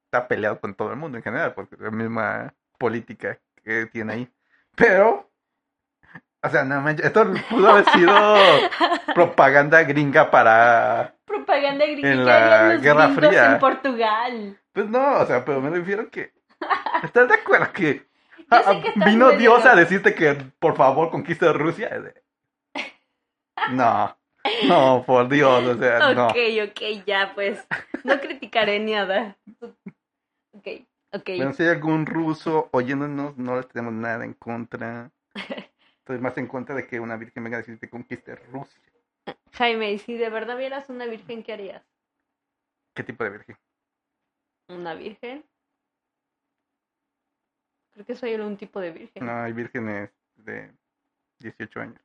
Speaker 1: está peleado con todo el mundo en general, porque es la misma política que tiene ahí. Pero. O sea, no manches, esto pudo haber sido propaganda gringa para.
Speaker 2: propaganda gringa.
Speaker 1: En
Speaker 2: ¿qué
Speaker 1: la
Speaker 2: harían los
Speaker 1: Guerra
Speaker 2: gringos
Speaker 1: Fría.
Speaker 2: en Portugal?
Speaker 1: Pues no, o sea, pero me refiero que. ¿Estás de acuerdo que ah,
Speaker 2: Yo sé que estás
Speaker 1: vino
Speaker 2: medio
Speaker 1: Dios a
Speaker 2: loco.
Speaker 1: decirte que por favor conquista a Rusia? No, no, por Dios, o sea, Ah, no.
Speaker 2: Ok, ok, ya, pues, no criticaré ni nada. Ok, ok.
Speaker 1: Bueno, si hay algún ruso oyéndonos, no les tenemos nada en contra. Estoy más en contra de que una virgen venga a decirte conquiste Rusia.
Speaker 2: Jaime, ¿y si de verdad vieras una virgen, ¿qué harías?
Speaker 1: ¿Qué tipo de virgen?
Speaker 2: ¿Una virgen? Creo que soy el un tipo de virgen.
Speaker 1: No, hay vírgenes de 18 años.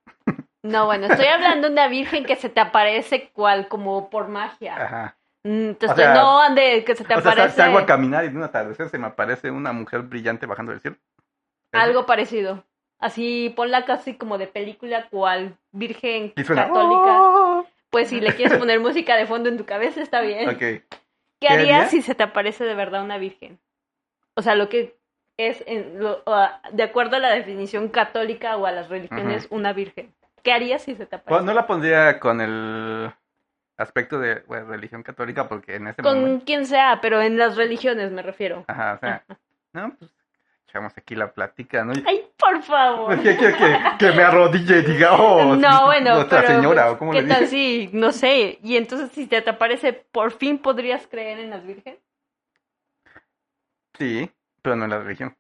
Speaker 2: No, bueno, estoy hablando de una virgen que se te aparece cual, como por magia.
Speaker 1: Ajá.
Speaker 2: Mm, Te
Speaker 1: Ah. O
Speaker 2: estoy,
Speaker 1: sea,
Speaker 2: no, ande, que se te
Speaker 1: O sea, sal-
Speaker 2: aparece
Speaker 1: salgo a caminar y de un atardecer se me aparece una mujer brillante bajando del cielo.
Speaker 2: algo parecido. Así, ponla casi como de película cual, virgen
Speaker 1: Y suena,
Speaker 2: católica.
Speaker 1: "Oh".
Speaker 2: Pues si le quieres poner música de fondo en tu cabeza, está bien.
Speaker 1: Ok.
Speaker 2: ¿Qué
Speaker 1: ¿Qué haría?
Speaker 2: harías si se te aparece de verdad una virgen? O sea, lo que es, en lo- ah, de acuerdo a la definición católica o a las religiones, una virgen. ¿Qué harías si se te
Speaker 1: Bueno,
Speaker 2: aparece?
Speaker 1: no la pondría con el aspecto de bueno, religión católica porque en ese
Speaker 2: Con
Speaker 1: momento...
Speaker 2: quien sea, pero en las religiones me refiero.
Speaker 1: Ajá, o sea, no, pues echamos aquí la plática, ¿no?
Speaker 2: Ay, por favor.
Speaker 1: Pues, ¿qué quiere que, que me arrodille y diga, oh,
Speaker 2: No, bueno,
Speaker 1: nuestra
Speaker 2: pero
Speaker 1: señora,
Speaker 2: pues,
Speaker 1: o cómo
Speaker 2: ¿qué
Speaker 1: le
Speaker 2: tal
Speaker 1: dije?
Speaker 2: si, no sé, y entonces si te, te aparece, por fin podrías creer en las virgen?
Speaker 1: Sí, pero no en la religión.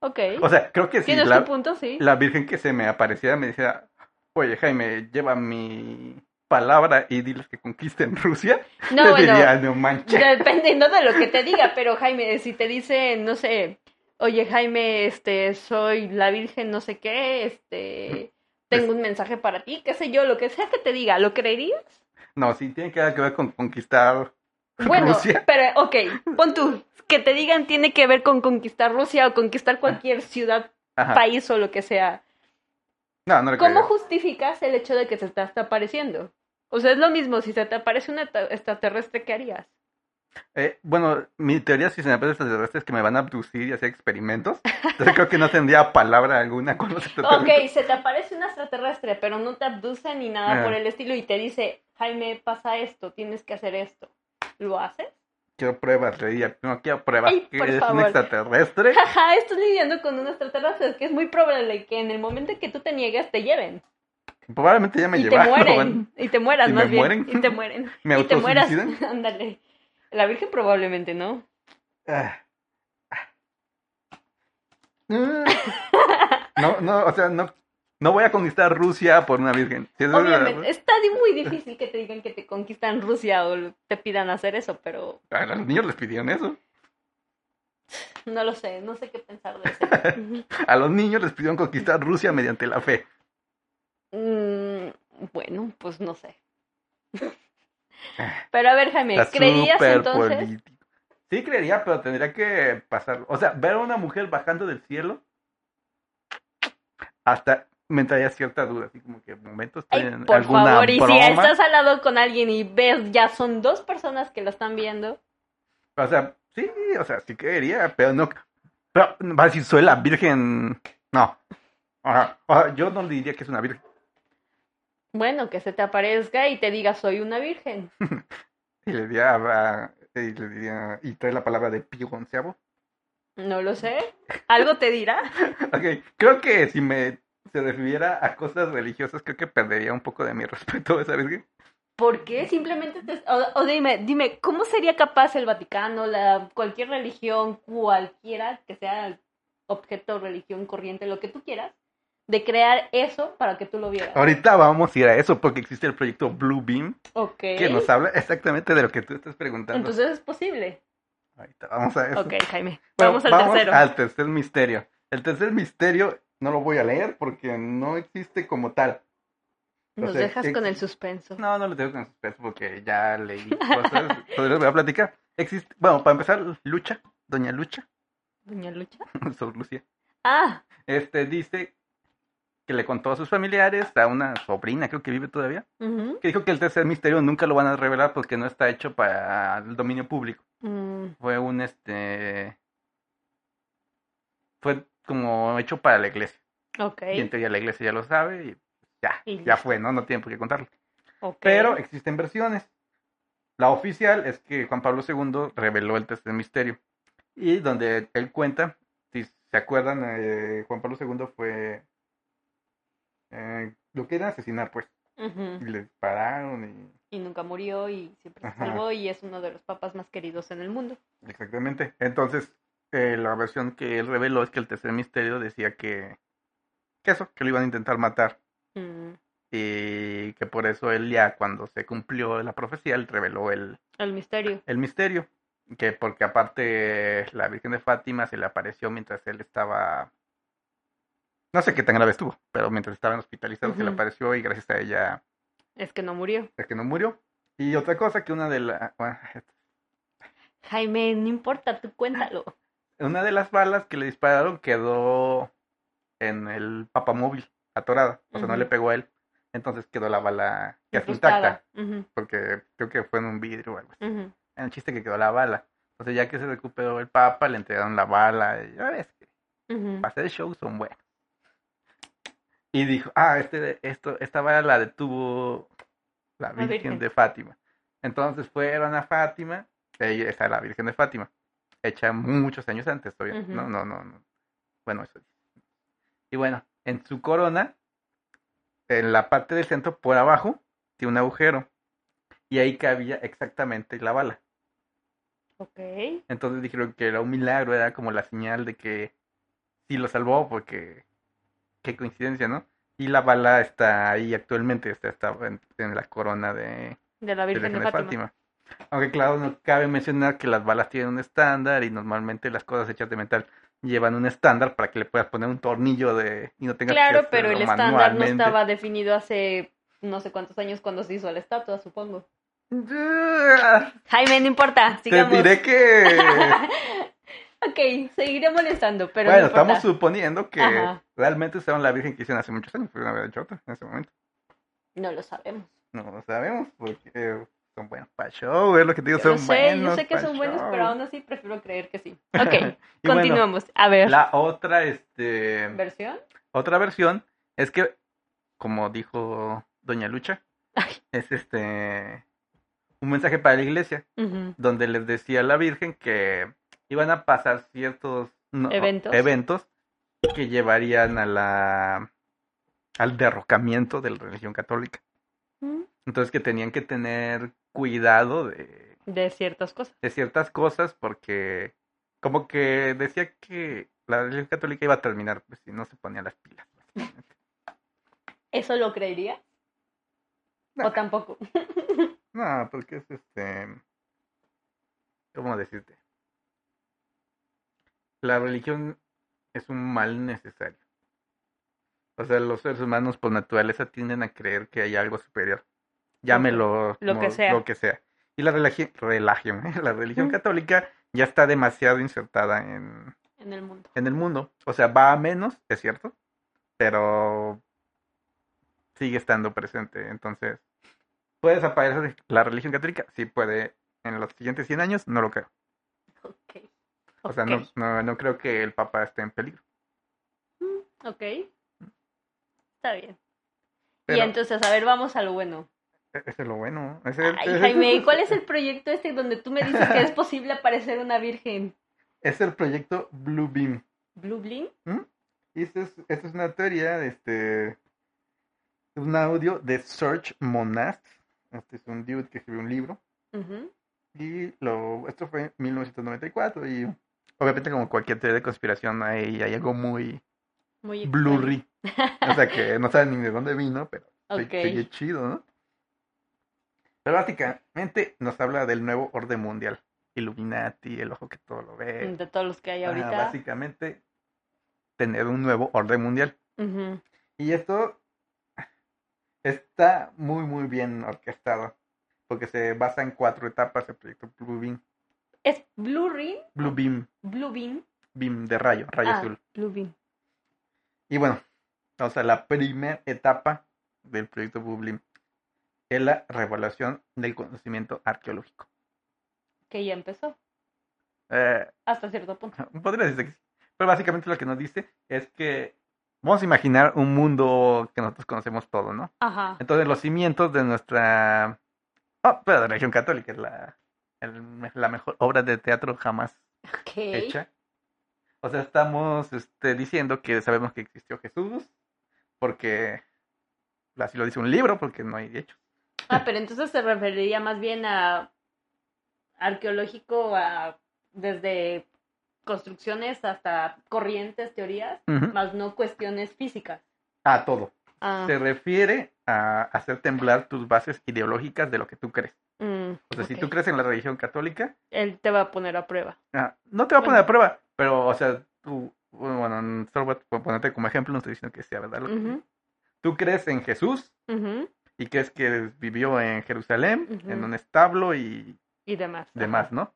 Speaker 2: Ok.
Speaker 1: O sea, creo que si
Speaker 2: ¿Tienes
Speaker 1: la,
Speaker 2: un punto? Sí.
Speaker 1: la virgen que se me apareciera me decía, oye, Jaime, lleva mi palabra y diles que conquisten Rusia,
Speaker 2: No,
Speaker 1: les
Speaker 2: bueno,
Speaker 1: diría, no manches.
Speaker 2: dependiendo de lo que te diga, pero Jaime, si te dice, no sé, oye Jaime, este, soy la virgen, no sé qué, este, tengo un mensaje para ti, qué sé yo, lo que sea que te diga, ¿lo creerías?
Speaker 1: No, sí, tiene que ver que ver con conquistar
Speaker 2: Bueno,
Speaker 1: Rusia.
Speaker 2: pero ok, pon tú, que te digan tiene que ver con conquistar Rusia o conquistar cualquier ciudad,
Speaker 1: Ajá.
Speaker 2: país o lo que sea.
Speaker 1: No, no le
Speaker 2: ¿Cómo
Speaker 1: creería.
Speaker 2: justificas el hecho de que se te está apareciendo? O sea, es lo mismo, si se te aparece un eta- extraterrestre, ¿qué harías?
Speaker 1: Eh, bueno, mi teoría si se me aparecen extraterrestres es que me van a abducir y hacer experimentos. Entonces creo que no tendría palabra alguna con los extraterrestres.
Speaker 2: Ok, se te aparece un extraterrestre, pero no te abduce ni nada
Speaker 1: Ah.
Speaker 2: por el estilo y te dice, Jaime, pasa esto, tienes que hacer esto. ¿Lo haces?
Speaker 1: Quiero pruebas, le diría. No quiero pruebas.
Speaker 2: Ay,
Speaker 1: que
Speaker 2: por
Speaker 1: eres un
Speaker 2: favor.
Speaker 1: extraterrestre.
Speaker 2: Jaja, estás lidiando con un extraterrestre, es que es muy probable que en el momento en que tú te niegues te lleven.
Speaker 1: Probablemente ya me
Speaker 2: y te
Speaker 1: llevaron.
Speaker 2: mueren,
Speaker 1: bueno.
Speaker 2: y te mueras
Speaker 1: ¿Y
Speaker 2: más
Speaker 1: me
Speaker 2: bien,
Speaker 1: mueren?
Speaker 2: y te mueren,
Speaker 1: ¿Me
Speaker 2: y te mueras,
Speaker 1: autosuicidan?
Speaker 2: ándale. La Virgen probablemente no.
Speaker 1: Ah. Ah. No, no, o sea, no, no voy a conquistar Rusia por una virgen. Si es-
Speaker 2: Obviamente, está di- muy difícil que te digan que te conquistan Rusia o lo- te pidan hacer eso, pero
Speaker 1: A los niños les pidieron eso.
Speaker 2: no lo sé, no sé qué pensar de eso.
Speaker 1: A los niños les pidieron conquistar Rusia mediante la fe.
Speaker 2: Mm, bueno, pues no sé. Pero a ver, Jaime,
Speaker 1: Está
Speaker 2: ¿creías
Speaker 1: súper
Speaker 2: entonces?
Speaker 1: político. Sí, creería, pero tendría que pasar. O sea, ver a una mujer bajando del cielo. Hasta me traía cierta duda. Así como que, momento, estoy
Speaker 2: Ay,
Speaker 1: en
Speaker 2: por
Speaker 1: alguna
Speaker 2: favor, y si
Speaker 1: broma.
Speaker 2: estás al lado con alguien y ves, ya son dos personas que lo están viendo.
Speaker 1: O sea, sí, o sea, sí creería, pero no. Pero va a decir, soy la virgen. No. Ajá. O sea, yo no diría que es una virgen.
Speaker 2: Bueno, que se te aparezca y te diga, soy una virgen.
Speaker 1: Y le diría, a- y le diría, y trae la palabra de pío onceavo.
Speaker 2: No lo sé. ¿Algo te dirá?
Speaker 1: Ok, creo que si me se refiriera a cosas religiosas, creo que perdería un poco de mi respeto, ¿sabes qué?
Speaker 2: ¿Por qué? Simplemente te- O, o dime, dime, ¿cómo sería capaz el Vaticano, la, cualquier religión, cualquiera que sea el objeto, religión, corriente, lo que tú quieras, de crear eso para que tú lo vieras?
Speaker 1: Ahorita vamos a ir a eso porque existe el proyecto Blue Beam
Speaker 2: Ok.
Speaker 1: que nos habla exactamente de lo que tú estás preguntando.
Speaker 2: Entonces es posible.
Speaker 1: Ahorita vamos a eso.
Speaker 2: Ok, Jaime.
Speaker 1: Bueno,
Speaker 2: vamos al tercero.
Speaker 1: al tercer misterio. El tercer misterio no lo voy a leer porque no existe como tal.
Speaker 2: Nos
Speaker 1: o sea,
Speaker 2: dejas
Speaker 1: ex-
Speaker 2: con el suspenso.
Speaker 1: No, no lo tengo con suspenso porque ya leí cosas. Entonces les voy a platicar. Existe, bueno, para empezar, Lucha, Doña Lucha,
Speaker 2: Doña Lucha.
Speaker 1: Sor Lucía,
Speaker 2: Ah,
Speaker 1: este dice que le contó a sus familiares, a una sobrina creo que vive todavía,
Speaker 2: ujú,
Speaker 1: que dijo que el tercer misterio nunca lo van a revelar porque no está hecho para el dominio público.
Speaker 2: mm,
Speaker 1: Fue un este fue como hecho para la iglesia.
Speaker 2: ok.
Speaker 1: Y en teoría la iglesia ya lo sabe y ya,
Speaker 2: Y
Speaker 1: ya
Speaker 2: listo.
Speaker 1: fue, ¿no? No tienen por qué contarlo.
Speaker 2: ok.
Speaker 1: Pero existen versiones. La oficial es que Juan Pablo II reveló el tercer misterio. Y donde él cuenta, si se acuerdan, eh, Juan Pablo II fue... eh, lo querían asesinar, pues. Y
Speaker 2: Ujú,
Speaker 1: le dispararon
Speaker 2: Y nunca murió y siempre se
Speaker 1: Ajá.
Speaker 2: salvó y es uno de los papas más queridos en el mundo.
Speaker 1: y... Exactamente. Entonces, eh, la versión que él reveló es que el tercer misterio decía que... Que eso, que lo iban a intentar matar.
Speaker 2: Mm,
Speaker 1: Y que por eso él ya cuando se cumplió la profecía, él reveló el,
Speaker 2: el misterio.
Speaker 1: el misterio. Que porque aparte la Virgen de Fátima se le apareció mientras él estaba... No sé qué tan grave estuvo, pero mientras estaban hospitalizados se le
Speaker 2: Ujú.
Speaker 1: apareció y gracias a ella
Speaker 2: Es que no murió.
Speaker 1: es que no murió. Y otra cosa que una de, la- bueno,
Speaker 2: Jaime, no importa, tú cuéntalo.
Speaker 1: una de las balas que le dispararon quedó en el papamóvil, atorada. O sea, no
Speaker 2: Ujú.
Speaker 1: le pegó a él. Entonces quedó la bala casi
Speaker 2: Incrustada.
Speaker 1: intacta.
Speaker 2: Ujú,
Speaker 1: Porque creo que fue en un vidrio o algo así.
Speaker 2: ujú.
Speaker 1: el chiste que quedó la bala. Entonces ya que se recuperó el Papa, le entregaron la bala. Y ya ves,
Speaker 2: Ujú.
Speaker 1: para hacer show son buenos. Y dijo, ah, este, esto, esta bala la detuvo la Virgen,
Speaker 2: Virgen.
Speaker 1: de Fátima. Entonces fueron a Fátima, ahí está la Virgen de Fátima, hecha muchos años antes todavía.
Speaker 2: Ujú.
Speaker 1: No, no, no, no. Bueno, eso. Y bueno, en su corona, en la parte del centro, por abajo, tiene un agujero. Y ahí cabía exactamente la bala.
Speaker 2: Ok.
Speaker 1: Entonces dijeron que era un milagro, era como la señal de que sí lo salvó, porque qué coincidencia, ¿no? Y la bala está ahí actualmente, está, está en, en la corona de, de
Speaker 2: De la
Speaker 1: la
Speaker 2: Virgen de
Speaker 1: Virgen de
Speaker 2: Fátima.
Speaker 1: Fátima. Aunque claro, no cabe mencionar que las balas tienen un estándar y normalmente las cosas hechas de metal llevan un estándar para que le puedas poner un tornillo de y no tengas
Speaker 2: Claro,
Speaker 1: que
Speaker 2: pero el
Speaker 1: hacerlo
Speaker 2: estándar no
Speaker 1: manualmente.
Speaker 2: estaba definido hace no sé cuántos años cuando se hizo la estatua, supongo. Jaime, no importa,
Speaker 1: Te
Speaker 2: sigamos.
Speaker 1: diré que
Speaker 2: ok, seguiré molestando, pero
Speaker 1: bueno,
Speaker 2: no importa.
Speaker 1: estamos suponiendo que
Speaker 2: Ajá.
Speaker 1: realmente usaron la Virgen que hicieron hace muchos años, pero no había hecho otra en ese momento.
Speaker 2: No lo sabemos.
Speaker 1: No lo sabemos porque eh, son buenos para show, es lo que te digo,
Speaker 2: Yo
Speaker 1: son
Speaker 2: lo sé,
Speaker 1: buenos.
Speaker 2: yo sé que
Speaker 1: pa'
Speaker 2: son buenos,
Speaker 1: show.
Speaker 2: pero aún así prefiero creer que sí. Ok,
Speaker 1: Y bueno,
Speaker 2: continuamos. A ver,
Speaker 1: la otra, este,
Speaker 2: ¿versión?
Speaker 1: otra versión es que, como dijo Doña Lucha,
Speaker 2: Ay.
Speaker 1: es este un mensaje para la iglesia,
Speaker 2: Ujú,
Speaker 1: donde les decía a la Virgen que iban a pasar ciertos no,
Speaker 2: Eventos.
Speaker 1: eventos que llevarían a la al derrocamiento de la religión católica.
Speaker 2: mm,
Speaker 1: Entonces que tenían que tener cuidado de,
Speaker 2: De ciertas cosas.
Speaker 1: de ciertas cosas porque como que decía que la religión católica iba a terminar pues, si no se ponía las pilas.
Speaker 2: ¿Eso lo creería?
Speaker 1: No.
Speaker 2: ¿O tampoco?
Speaker 1: No, porque es este... ¿Cómo decirte? La religión es un mal necesario. O sea, los seres humanos por naturaleza tienden a creer que hay algo superior. Llámelo
Speaker 2: Lo que
Speaker 1: como-
Speaker 2: sea.
Speaker 1: lo que sea. Y la religi- relagión, ¿eh? la religión
Speaker 2: Ujú.
Speaker 1: católica ya está demasiado insertada en,
Speaker 2: En el mundo.
Speaker 1: en el mundo. O sea, va a menos, es cierto, pero sigue estando presente. Entonces, ¿puede desaparecer la religión católica? Sí puede. En los siguientes 100 años, no lo creo.
Speaker 2: Ok.
Speaker 1: O sea, no,
Speaker 2: Ok.
Speaker 1: no, no creo que el Papa esté en peligro.
Speaker 2: Mm, Ok. Está bien. Y
Speaker 1: Pero
Speaker 2: entonces, a ver, vamos a lo bueno.
Speaker 1: Eso es lo bueno. E, Ese-
Speaker 2: Ay,
Speaker 1: ese-
Speaker 2: Jaime, ¿y ¿cuál es el proyecto este donde tú me dices que es posible aparecer una virgen?
Speaker 1: es el proyecto Blue Beam.
Speaker 2: ¿Blue Bling?
Speaker 1: Y esto es, esto es una teoría de este. Un audio de Serge Monast. Este es un dude que escribió un libro.
Speaker 2: Ujú.
Speaker 1: Y lo, esto fue en 1994. Y obviamente, como cualquier teoría de conspiración, hay, hay algo muy
Speaker 2: Muy extraño.
Speaker 1: blurry. O sea, que no saben ni de dónde vino, pero se-
Speaker 2: Ok.
Speaker 1: se oye chido, ¿no? Pero básicamente nos habla del nuevo orden mundial. Illuminati, el ojo que todo lo ve.
Speaker 2: De todos los que hay
Speaker 1: Ajá,
Speaker 2: ahorita.
Speaker 1: básicamente tener un nuevo orden mundial.
Speaker 2: Ujú.
Speaker 1: Y esto está muy, muy bien orquestado, porque se basa en cuatro etapas el proyecto Blue Beam,
Speaker 2: Es Blue Ring,
Speaker 1: Blue Beam,
Speaker 2: Blue Beam.
Speaker 1: Beam de rayo, rayo
Speaker 2: Ah,
Speaker 1: azul.
Speaker 2: Blue Beam.
Speaker 1: Y bueno, o sea, la primera etapa del proyecto Blue Beam es la revelación del conocimiento arqueológico.
Speaker 2: Que ya empezó.
Speaker 1: Eh,
Speaker 2: Hasta cierto punto.
Speaker 1: podría decirse que sí. Pero básicamente lo que nos dice es que vamos a imaginar un mundo que nosotros conocemos todo, ¿no?
Speaker 2: Ajá.
Speaker 1: Entonces los cimientos de nuestra... Oh, pero de la religión católica es la, el- la mejor obra de teatro jamás
Speaker 2: Ok.
Speaker 1: hecha. O sea, estamos este, diciendo que sabemos que existió Jesús, porque así lo dice un libro, porque no hay hechos.
Speaker 2: Ah, pero entonces se referiría más bien a arqueológico, a desde construcciones hasta corrientes, teorías,
Speaker 1: Ujú.
Speaker 2: más no cuestiones físicas.
Speaker 1: A todo.
Speaker 2: Ah,
Speaker 1: Se refiere a hacer temblar tus bases ideológicas de lo que tú crees.
Speaker 2: mm,
Speaker 1: O sea, si
Speaker 2: ok.
Speaker 1: tú crees en la religión católica,
Speaker 2: Él te va a poner a prueba.
Speaker 1: Ah, no te va a poner
Speaker 2: Bueno.
Speaker 1: a prueba, pero, o sea, tú, bueno, solo voy a ponerte como ejemplo, no estoy diciendo que sea verdad. lo que-
Speaker 2: Ujú,
Speaker 1: Tú crees en Jesús
Speaker 2: ujú,
Speaker 1: y crees que vivió en Jerusalén, en
Speaker 2: Ujú.
Speaker 1: un establo y
Speaker 2: Y demás. ajá.
Speaker 1: demás, ¿no?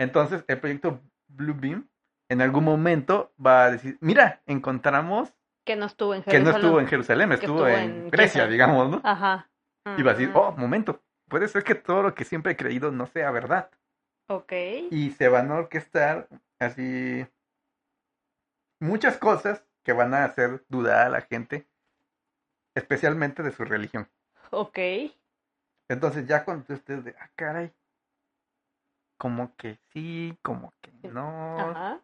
Speaker 1: Entonces, el proyecto Blue Beam en algún momento va a decir, mira, encontramos
Speaker 2: Que no estuvo en
Speaker 1: que
Speaker 2: Jerusalén.
Speaker 1: no estuvo en Jerusalén, estuvo,
Speaker 2: estuvo
Speaker 1: en,
Speaker 2: en Ah.
Speaker 1: Grecia,
Speaker 2: Chipre.
Speaker 1: digamos, ¿no?
Speaker 2: Ajá.
Speaker 1: Y va a decir,
Speaker 2: Ah,
Speaker 1: oh, momento, puede ser que todo lo que siempre he creído no sea verdad.
Speaker 2: Ok.
Speaker 1: y se van a orquestar así muchas cosas que van a hacer dudar a la gente, especialmente de su religión.
Speaker 2: Ok.
Speaker 1: Entonces ya cuando ustedes de, ah, caray, como que sí, como que no.
Speaker 2: Ajá.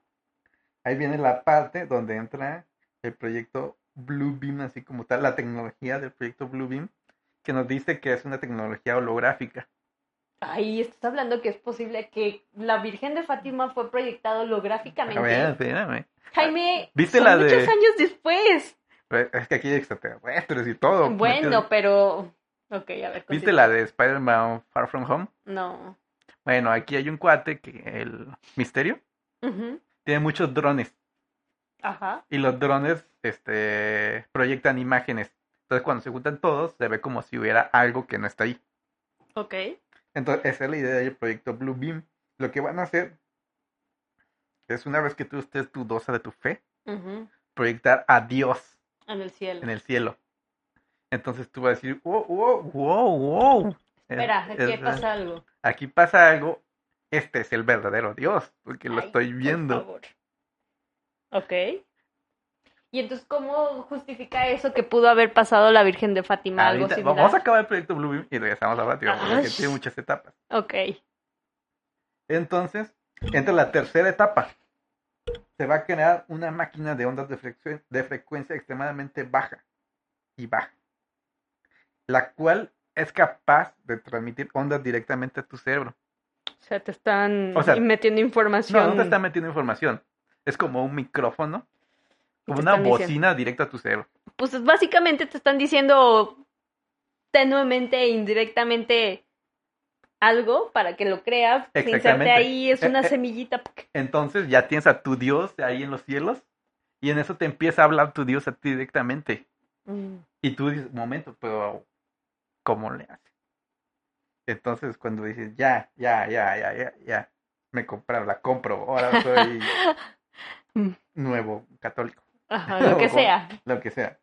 Speaker 1: Ahí viene la parte donde entra el proyecto Blue Beam, así como tal, la tecnología del proyecto Blue Beam, que nos dice que es una tecnología holográfica.
Speaker 2: Ay, estás hablando que es posible que la Virgen de Fátima fue proyectada holográficamente.
Speaker 1: A ver, espérame.
Speaker 2: Jaime,
Speaker 1: ¿Viste
Speaker 2: son
Speaker 1: la de-
Speaker 2: muchos años después.
Speaker 1: Pero Es que aquí hay extraterrestres y todo.
Speaker 2: Bueno, pues pero. Ok, a ver.
Speaker 1: Oh, ¿Viste
Speaker 2: continúa.
Speaker 1: la de Spider-Man Far From Home?
Speaker 2: No.
Speaker 1: Bueno, aquí hay un cuate que el misterio
Speaker 2: Ujú,
Speaker 1: tiene muchos drones
Speaker 2: Ajá.
Speaker 1: y los drones este, proyectan imágenes. Entonces cuando se juntan todos se ve como si hubiera algo que no está ahí.
Speaker 2: Ok.
Speaker 1: Entonces esa es la idea del proyecto Blue Beam. Lo que van a hacer es una vez que tú estés dudosa de tu fe,
Speaker 2: ujú,
Speaker 1: proyectar a Dios
Speaker 2: En el cielo.
Speaker 1: en el cielo. Entonces tú vas a decir, wow, wow, wow, wow.
Speaker 2: Espera, aquí pasa algo.
Speaker 1: Aquí pasa algo. Este es el verdadero Dios, porque lo
Speaker 2: Ay,
Speaker 1: estoy
Speaker 2: por
Speaker 1: viendo.
Speaker 2: favor. Ok. Y entonces, ¿cómo justifica eso que pudo haber pasado la Virgen de Fátima? Algo
Speaker 1: Ah, Ahorita- va-
Speaker 2: similar.
Speaker 1: vamos a acabar el proyecto Blue Beam y regresamos a Batman, porque
Speaker 2: Ay.
Speaker 1: tiene muchas etapas.
Speaker 2: Ok.
Speaker 1: Entonces, entra la tercera etapa. Se va a crear una máquina de ondas de, frecue- de frecuencia extremadamente baja y baja, la cual es capaz de transmitir ondas directamente a tu cerebro.
Speaker 2: O sea, te están
Speaker 1: O sea,
Speaker 2: metiendo
Speaker 1: No,
Speaker 2: información.
Speaker 1: no te está metiendo información. Es como un micrófono,
Speaker 2: y
Speaker 1: como
Speaker 2: te
Speaker 1: una
Speaker 2: están diciendo-
Speaker 1: bocina directa a tu cerebro.
Speaker 2: pues básicamente te están diciendo tenuemente e indirectamente algo para que lo creas. Sin serte
Speaker 1: Exactamente.
Speaker 2: ahí es
Speaker 1: Eh,
Speaker 2: una
Speaker 1: eh.
Speaker 2: semillita. ¡puc!
Speaker 1: Entonces ya tienes a tu Dios ahí en los cielos y en eso te empieza a hablar tu Dios a ti directamente.
Speaker 2: Mm,
Speaker 1: Y tú dices, momento, pero ¿cómo le hace? Entonces cuando dices, ya, ya, ya, ya, ya, ya, me compraron, la compro, ahora soy
Speaker 2: Mm.
Speaker 1: nuevo católico,
Speaker 2: Ajá, lo que
Speaker 1: Ojo.
Speaker 2: sea.
Speaker 1: lo que sea.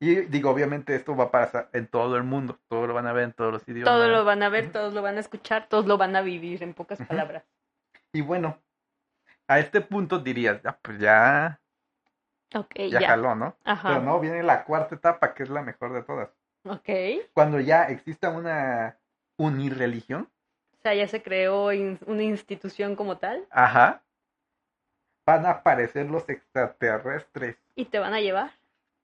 Speaker 1: Y digo, obviamente esto va a pasar en todo el mundo, todo lo van a ver en todos los idiomas.
Speaker 2: Todos lo van a ver,
Speaker 1: Ujú.
Speaker 2: todos lo van a escuchar, todos lo van a vivir, en pocas
Speaker 1: Ujú.
Speaker 2: palabras.
Speaker 1: Y bueno, a este punto dirías, ah, pues ya,
Speaker 2: Ok,
Speaker 1: ya
Speaker 2: ya.
Speaker 1: jaló, ¿no?
Speaker 2: Ajá.
Speaker 1: Pero no, viene la cuarta etapa, que es la mejor de todas.
Speaker 2: Ok. O
Speaker 1: Cuando ya exista una unirreligión,
Speaker 2: sea, ya se creó in- una institución como tal
Speaker 1: ajá, van a aparecer los extraterrestres.
Speaker 2: y te van a llevar.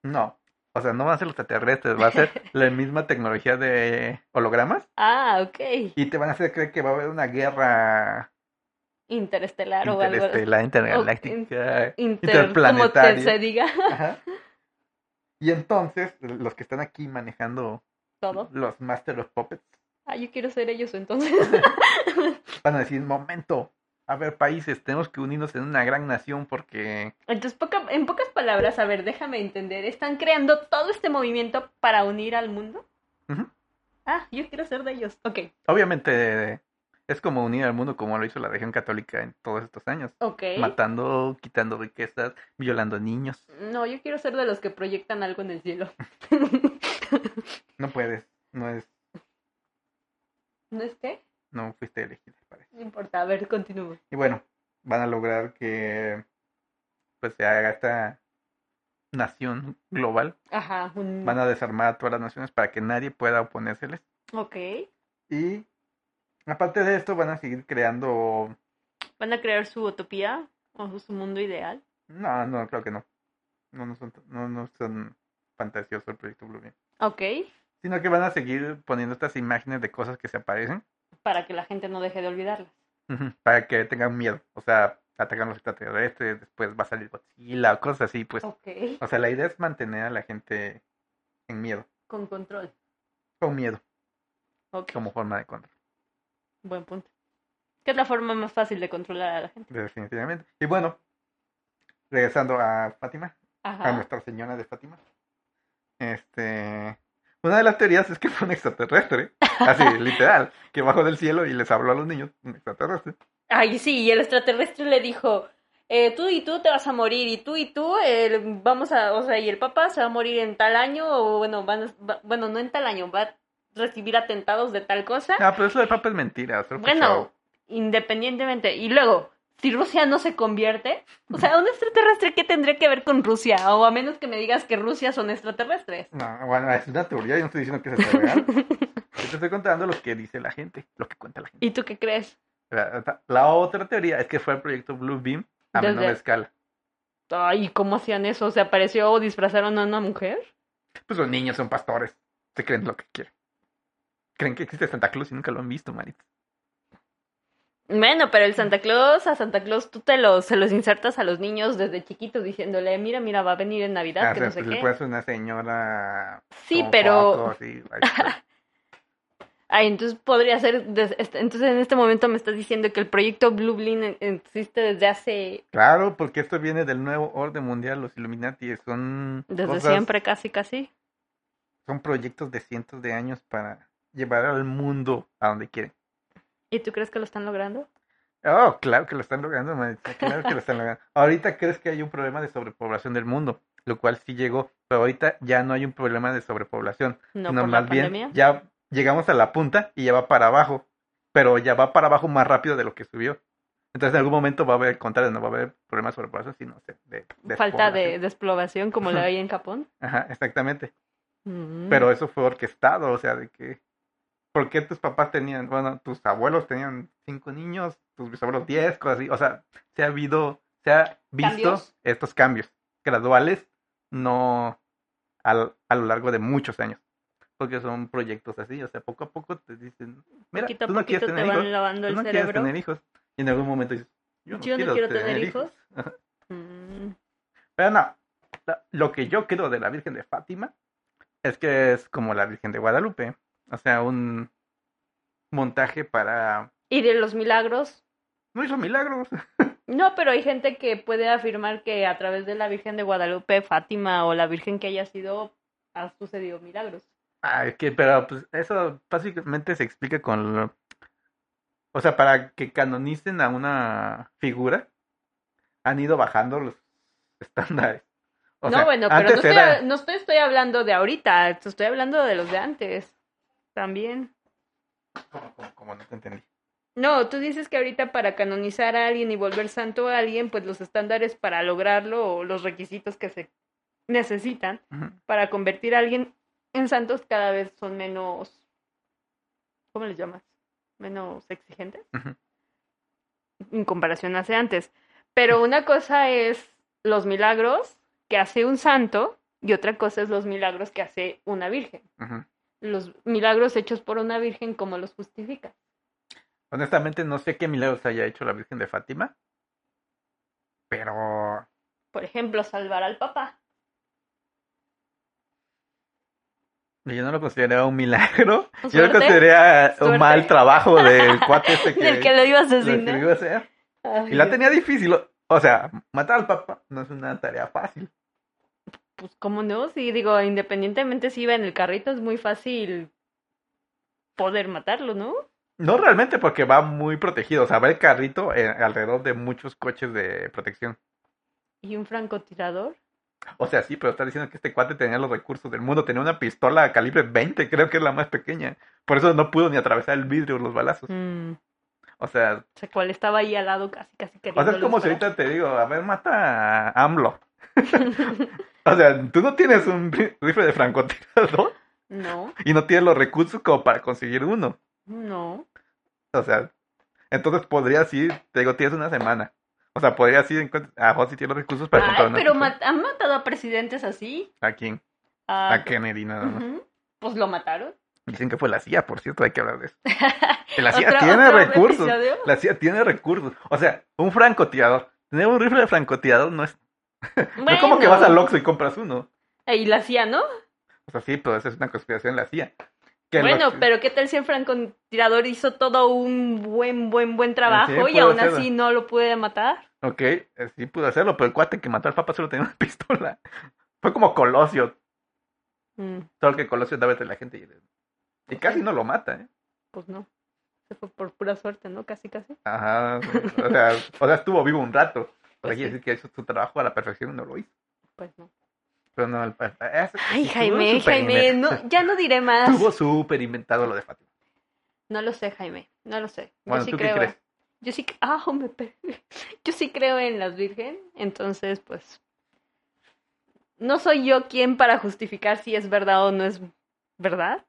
Speaker 1: No, o sea, no van a ser los extraterrestres, va a ser la misma tecnología de hologramas
Speaker 2: Ah, ok.
Speaker 1: y te van a hacer creer que va a haber una guerra
Speaker 2: Interestelar o algo.
Speaker 1: interestelar, intergaláctica.
Speaker 2: Inter, como te
Speaker 1: interplanetaria.
Speaker 2: se diga
Speaker 1: Ajá. Y entonces, los que están aquí manejando
Speaker 2: todo.
Speaker 1: los Master of Puppets
Speaker 2: Ah, yo quiero ser ellos entonces.
Speaker 1: van a decir, momento, a ver países, tenemos que unirnos en una gran nación porque
Speaker 2: Entonces, poca- en pocas palabras, a ver, déjame entender. Están creando todo este movimiento para unir al mundo.
Speaker 1: Ujú.
Speaker 2: Ah, yo quiero ser de ellos. Ok,
Speaker 1: obviamente es como unir al mundo como lo hizo la religión católica en todos estos años,
Speaker 2: ok.
Speaker 1: matando, quitando riquezas, violando niños.
Speaker 2: No, yo quiero ser de los que proyectan algo en el cielo.
Speaker 1: No puedes, no es,
Speaker 2: ¿No es qué?
Speaker 1: no fuiste elegido, parece.
Speaker 2: No importa, a ver, continúo.
Speaker 1: Y bueno, van a lograr que pues se haga esta nación global,
Speaker 2: Ajá, un...
Speaker 1: van a desarmar a todas las naciones para que nadie pueda oponérseles.
Speaker 2: Ok.
Speaker 1: Y aparte de esto, van a seguir creando.
Speaker 2: ¿Van a crear su utopía o su mundo ideal?
Speaker 1: No, no, creo que no. No, no son, no, no son fantasiosos el proyecto Bluebeam.
Speaker 2: Ok,
Speaker 1: Sino que van a seguir poniendo estas imágenes de cosas que se aparecen
Speaker 2: para que la gente no deje de olvidarlas.
Speaker 1: ujú, para que tengan miedo. O sea, atacan los extraterrestres, después va a salir Godzilla o cosas así, pues.
Speaker 2: Ok,
Speaker 1: O sea, la idea es mantener a la gente en miedo,
Speaker 2: con control.
Speaker 1: con miedo,
Speaker 2: Ok,
Speaker 1: como forma de control,
Speaker 2: buen punto. ¿Qué es la forma más fácil de controlar a la gente?
Speaker 1: definitivamente. Y bueno, regresando a Fátima. a
Speaker 2: Ajá.
Speaker 1: Nuestra Señora de Fátima. Este, una de las teorías es que fue un extraterrestre, así literal, que bajó del cielo y les habló a los niños, un extraterrestre.
Speaker 2: Ay, sí, y el extraterrestre le dijo, eh, tú y tú te vas a morir, y tú y tú, eh, vamos a, o sea, y el papá se va a morir en tal año, o bueno, van a- va- bueno, no en tal año, va a recibir atentados de tal cosa.
Speaker 1: No, pero eso del Papa es mentira. eso fue
Speaker 2: bueno,
Speaker 1: show.
Speaker 2: independientemente. Y luego, si Rusia no se convierte, o sea, un extraterrestre, ¿qué tendría que ver con Rusia? O a menos que me digas que Rusia son extraterrestres.
Speaker 1: No, bueno, es una teoría, yo no estoy diciendo que sea real. Yo te estoy contando lo que dice la gente, lo que cuenta la gente.
Speaker 2: ¿Y tú qué crees?
Speaker 1: La, la otra teoría es que fue el proyecto Blue Beam a
Speaker 2: Desde-
Speaker 1: menor escala.
Speaker 2: Ay, ¿cómo hacían eso? ¿Se apareció o disfrazaron a una mujer?
Speaker 1: Pues los niños son pastores, se creen lo que quieren. Creen que existe Santa Claus y nunca lo han visto, Marit.
Speaker 2: Bueno, pero el Santa Claus, a Santa Claus tú te los, se los insertas a los niños desde chiquitos diciéndole, mira, mira, va a venir en Navidad,
Speaker 1: Ah,
Speaker 2: que
Speaker 1: o
Speaker 2: no
Speaker 1: sea,
Speaker 2: sé
Speaker 1: pues, le
Speaker 2: qué.
Speaker 1: puedes una señora
Speaker 2: Sí,
Speaker 1: como
Speaker 2: pero...
Speaker 1: Paco, así, ay, pues,
Speaker 2: Ay, entonces podría ser, des- est- entonces en este momento me estás diciendo que el proyecto Blue Blin en- existe desde hace,
Speaker 1: Claro, porque esto viene del nuevo orden mundial, los Illuminati son
Speaker 2: desde
Speaker 1: cosas-
Speaker 2: siempre casi, casi.
Speaker 1: son proyectos de cientos de años para llevar al mundo a donde quieren.
Speaker 2: ¿Y tú crees que lo están logrando?
Speaker 1: Oh, claro que lo están logrando, manita, claro que lo están logrando. Ahorita crees que hay un problema de sobrepoblación del mundo, lo cual sí llegó, pero ahorita ya no hay un problema de sobrepoblación,
Speaker 2: No
Speaker 1: sino
Speaker 2: por la
Speaker 1: más bien
Speaker 2: pandemia.
Speaker 1: ya llegamos a la punta y ya va para abajo, pero ya va para abajo más rápido de lo que subió. Entonces en algún momento va a haber, al contrario, no va a haber problemas de sobrepoblación, sino de, de- de
Speaker 2: Falta de
Speaker 1: despoblación.
Speaker 2: despoblación como lo hay en Japón.
Speaker 1: Ajá, exactamente.
Speaker 2: Mm.
Speaker 1: Pero eso fue orquestado, o sea, de que... ¿Por qué tus papás tenían, bueno, tus abuelos tenían cinco niños, tus bisabuelos diez, cosas así? O sea, se ha habido, se ha visto
Speaker 2: ¿Cambios?
Speaker 1: estos cambios graduales, no al- a lo largo de muchos años, porque son proyectos así, o sea, poco a poco te dicen, mira,
Speaker 2: poquito a
Speaker 1: tú no
Speaker 2: poquito
Speaker 1: quieres
Speaker 2: te
Speaker 1: tener
Speaker 2: van
Speaker 1: hijos,
Speaker 2: lavando
Speaker 1: tú
Speaker 2: el
Speaker 1: no quieres
Speaker 2: cerebro.
Speaker 1: tener hijos, y en algún momento dices, yo no, quiero, tener hijos.
Speaker 2: Mm.
Speaker 1: Pero no, la- lo que yo creo de la Virgen de Fátima es que es como la Virgen de Guadalupe, o sea, un montaje para...
Speaker 2: Y de los milagros.
Speaker 1: No hizo milagros.
Speaker 2: No, pero hay gente que puede afirmar que a través de la Virgen de Guadalupe, Fátima o la Virgen que haya sido, ha sucedido milagros.
Speaker 1: Ah, es que, pero pues eso básicamente se explica con... lo- O sea, para que canonicen a una figura, han ido bajando los estándares. O
Speaker 2: no,
Speaker 1: sea,
Speaker 2: bueno, pero no,
Speaker 1: antes
Speaker 2: estoy,
Speaker 1: era-
Speaker 2: no estoy, estoy hablando de ahorita, te estoy hablando de los de antes también.
Speaker 1: Como- como- como no te entendí.
Speaker 2: No, tú dices que ahorita para canonizar a alguien y volver santo a alguien, pues los estándares para lograrlo o los requisitos que se necesitan
Speaker 1: Ujú.
Speaker 2: para convertir a alguien en Santos cada vez son menos, ¿cómo les llamas? Menos exigentes
Speaker 1: Ujú.
Speaker 2: en comparación hace antes. Pero una cosa es los milagros que hace un santo y otra cosa es los milagros que hace una virgen.
Speaker 1: Ujú.
Speaker 2: Los milagros hechos por una virgen, ¿cómo los justifica?
Speaker 1: Honestamente, no sé qué milagros haya hecho la Virgen de Fátima, pero
Speaker 2: Por ejemplo, salvar al papá.
Speaker 1: yo no lo consideraría un milagro. Yo lo
Speaker 2: Suerte.
Speaker 1: consideraría un mal
Speaker 2: Suerte.
Speaker 1: trabajo del cuate este que,
Speaker 2: Del que lo iba a
Speaker 1: del que
Speaker 2: asesinar.
Speaker 1: lo iba a hacer.
Speaker 2: Ay,
Speaker 1: Y la
Speaker 2: Dios.
Speaker 1: tenía difícil. o- O sea, matar al papa no es una tarea fácil.
Speaker 2: Pues, ¿cómo no? Sí, digo, independientemente si iba en el carrito, es muy fácil poder matarlo, ¿no?
Speaker 1: No realmente porque va muy protegido. O sea, va el carrito eh, alrededor de muchos coches de protección.
Speaker 2: Y un francotirador.
Speaker 1: O sea, sí, pero está diciendo que este cuate tenía los recursos del mundo. Tenía una pistola calibre 20, creo que es la más pequeña. Por eso no pudo ni atravesar el vidrio o los balazos.
Speaker 2: Mm,
Speaker 1: O sea,
Speaker 2: o sea, cual estaba ahí al lado casi, casi queriendo.
Speaker 1: o sea, es como si ahorita te digo, a ver, mata a AMLO. O sea, tú no tienes un ri- rifle de francotirador
Speaker 2: No,
Speaker 1: y no tienes los recursos como para conseguir uno.
Speaker 2: no.
Speaker 1: O sea, entonces podrías ir, te digo, tienes una semana. O sea, podrías ir encuent- a vos si tienes los recursos para
Speaker 2: Ay,
Speaker 1: comprar una
Speaker 2: pero
Speaker 1: pistola.
Speaker 2: mat- han matado a presidentes así.
Speaker 1: ¿A quién?
Speaker 2: Ah,
Speaker 1: A Kennedy nada más.
Speaker 2: ujú, Pues lo mataron.
Speaker 1: Dicen que fue la CIA, por cierto, hay que hablar de eso. Que la CIA
Speaker 2: ¿Otro-
Speaker 1: tiene
Speaker 2: otro
Speaker 1: recursos.
Speaker 2: episodio?
Speaker 1: La CIA tiene recursos. O sea, un francotirador. Tener un rifle de francotirador no es. No es como que
Speaker 2: Bueno,
Speaker 1: vas al Oxxo y compras uno.
Speaker 2: Y la hacía, ¿no?
Speaker 1: O sea, sí, pero esa es una conspiración de la CIA. Que
Speaker 2: bueno,
Speaker 1: lo-
Speaker 2: pero ¿qué tal si el francotirador hizo todo un buen, buen, buen trabajo y
Speaker 1: puede
Speaker 2: aún
Speaker 1: hacerlo.
Speaker 2: así no lo pude matar?
Speaker 1: Ok, eh, sí pudo hacerlo, pero el cuate que mató al papa solo tenía una pistola. Fue como Colosio.
Speaker 2: Mm,
Speaker 1: Solo que Colosio daba entre la gente y, y casi no lo mata, ¿eh?
Speaker 2: pues no. Se fue por pura suerte, ¿no? Casi, casi.
Speaker 1: Ajá, sí. o sea, o sea, estuvo vivo un rato. O sea,
Speaker 2: Pues
Speaker 1: quiere
Speaker 2: sí.
Speaker 1: decir que hizo su trabajo a la perfección y no lo hizo.
Speaker 2: Pues no.
Speaker 1: Pero no, el, es-
Speaker 2: Ay,
Speaker 1: estuvo
Speaker 2: Jaime,
Speaker 1: súper
Speaker 2: Jaime,
Speaker 1: invent-
Speaker 2: no, ya no diré más.
Speaker 1: Estuvo súper inventado lo de Fátima.
Speaker 2: No lo sé, Jaime, no lo sé.
Speaker 1: Bueno,
Speaker 2: Yo sí
Speaker 1: ¿tú
Speaker 2: creo.
Speaker 1: qué crees?
Speaker 2: Yo sí, que- ah, me pe- yo sí creo en las virgen, entonces pues no soy yo quien para justificar si es verdad o no es verdad.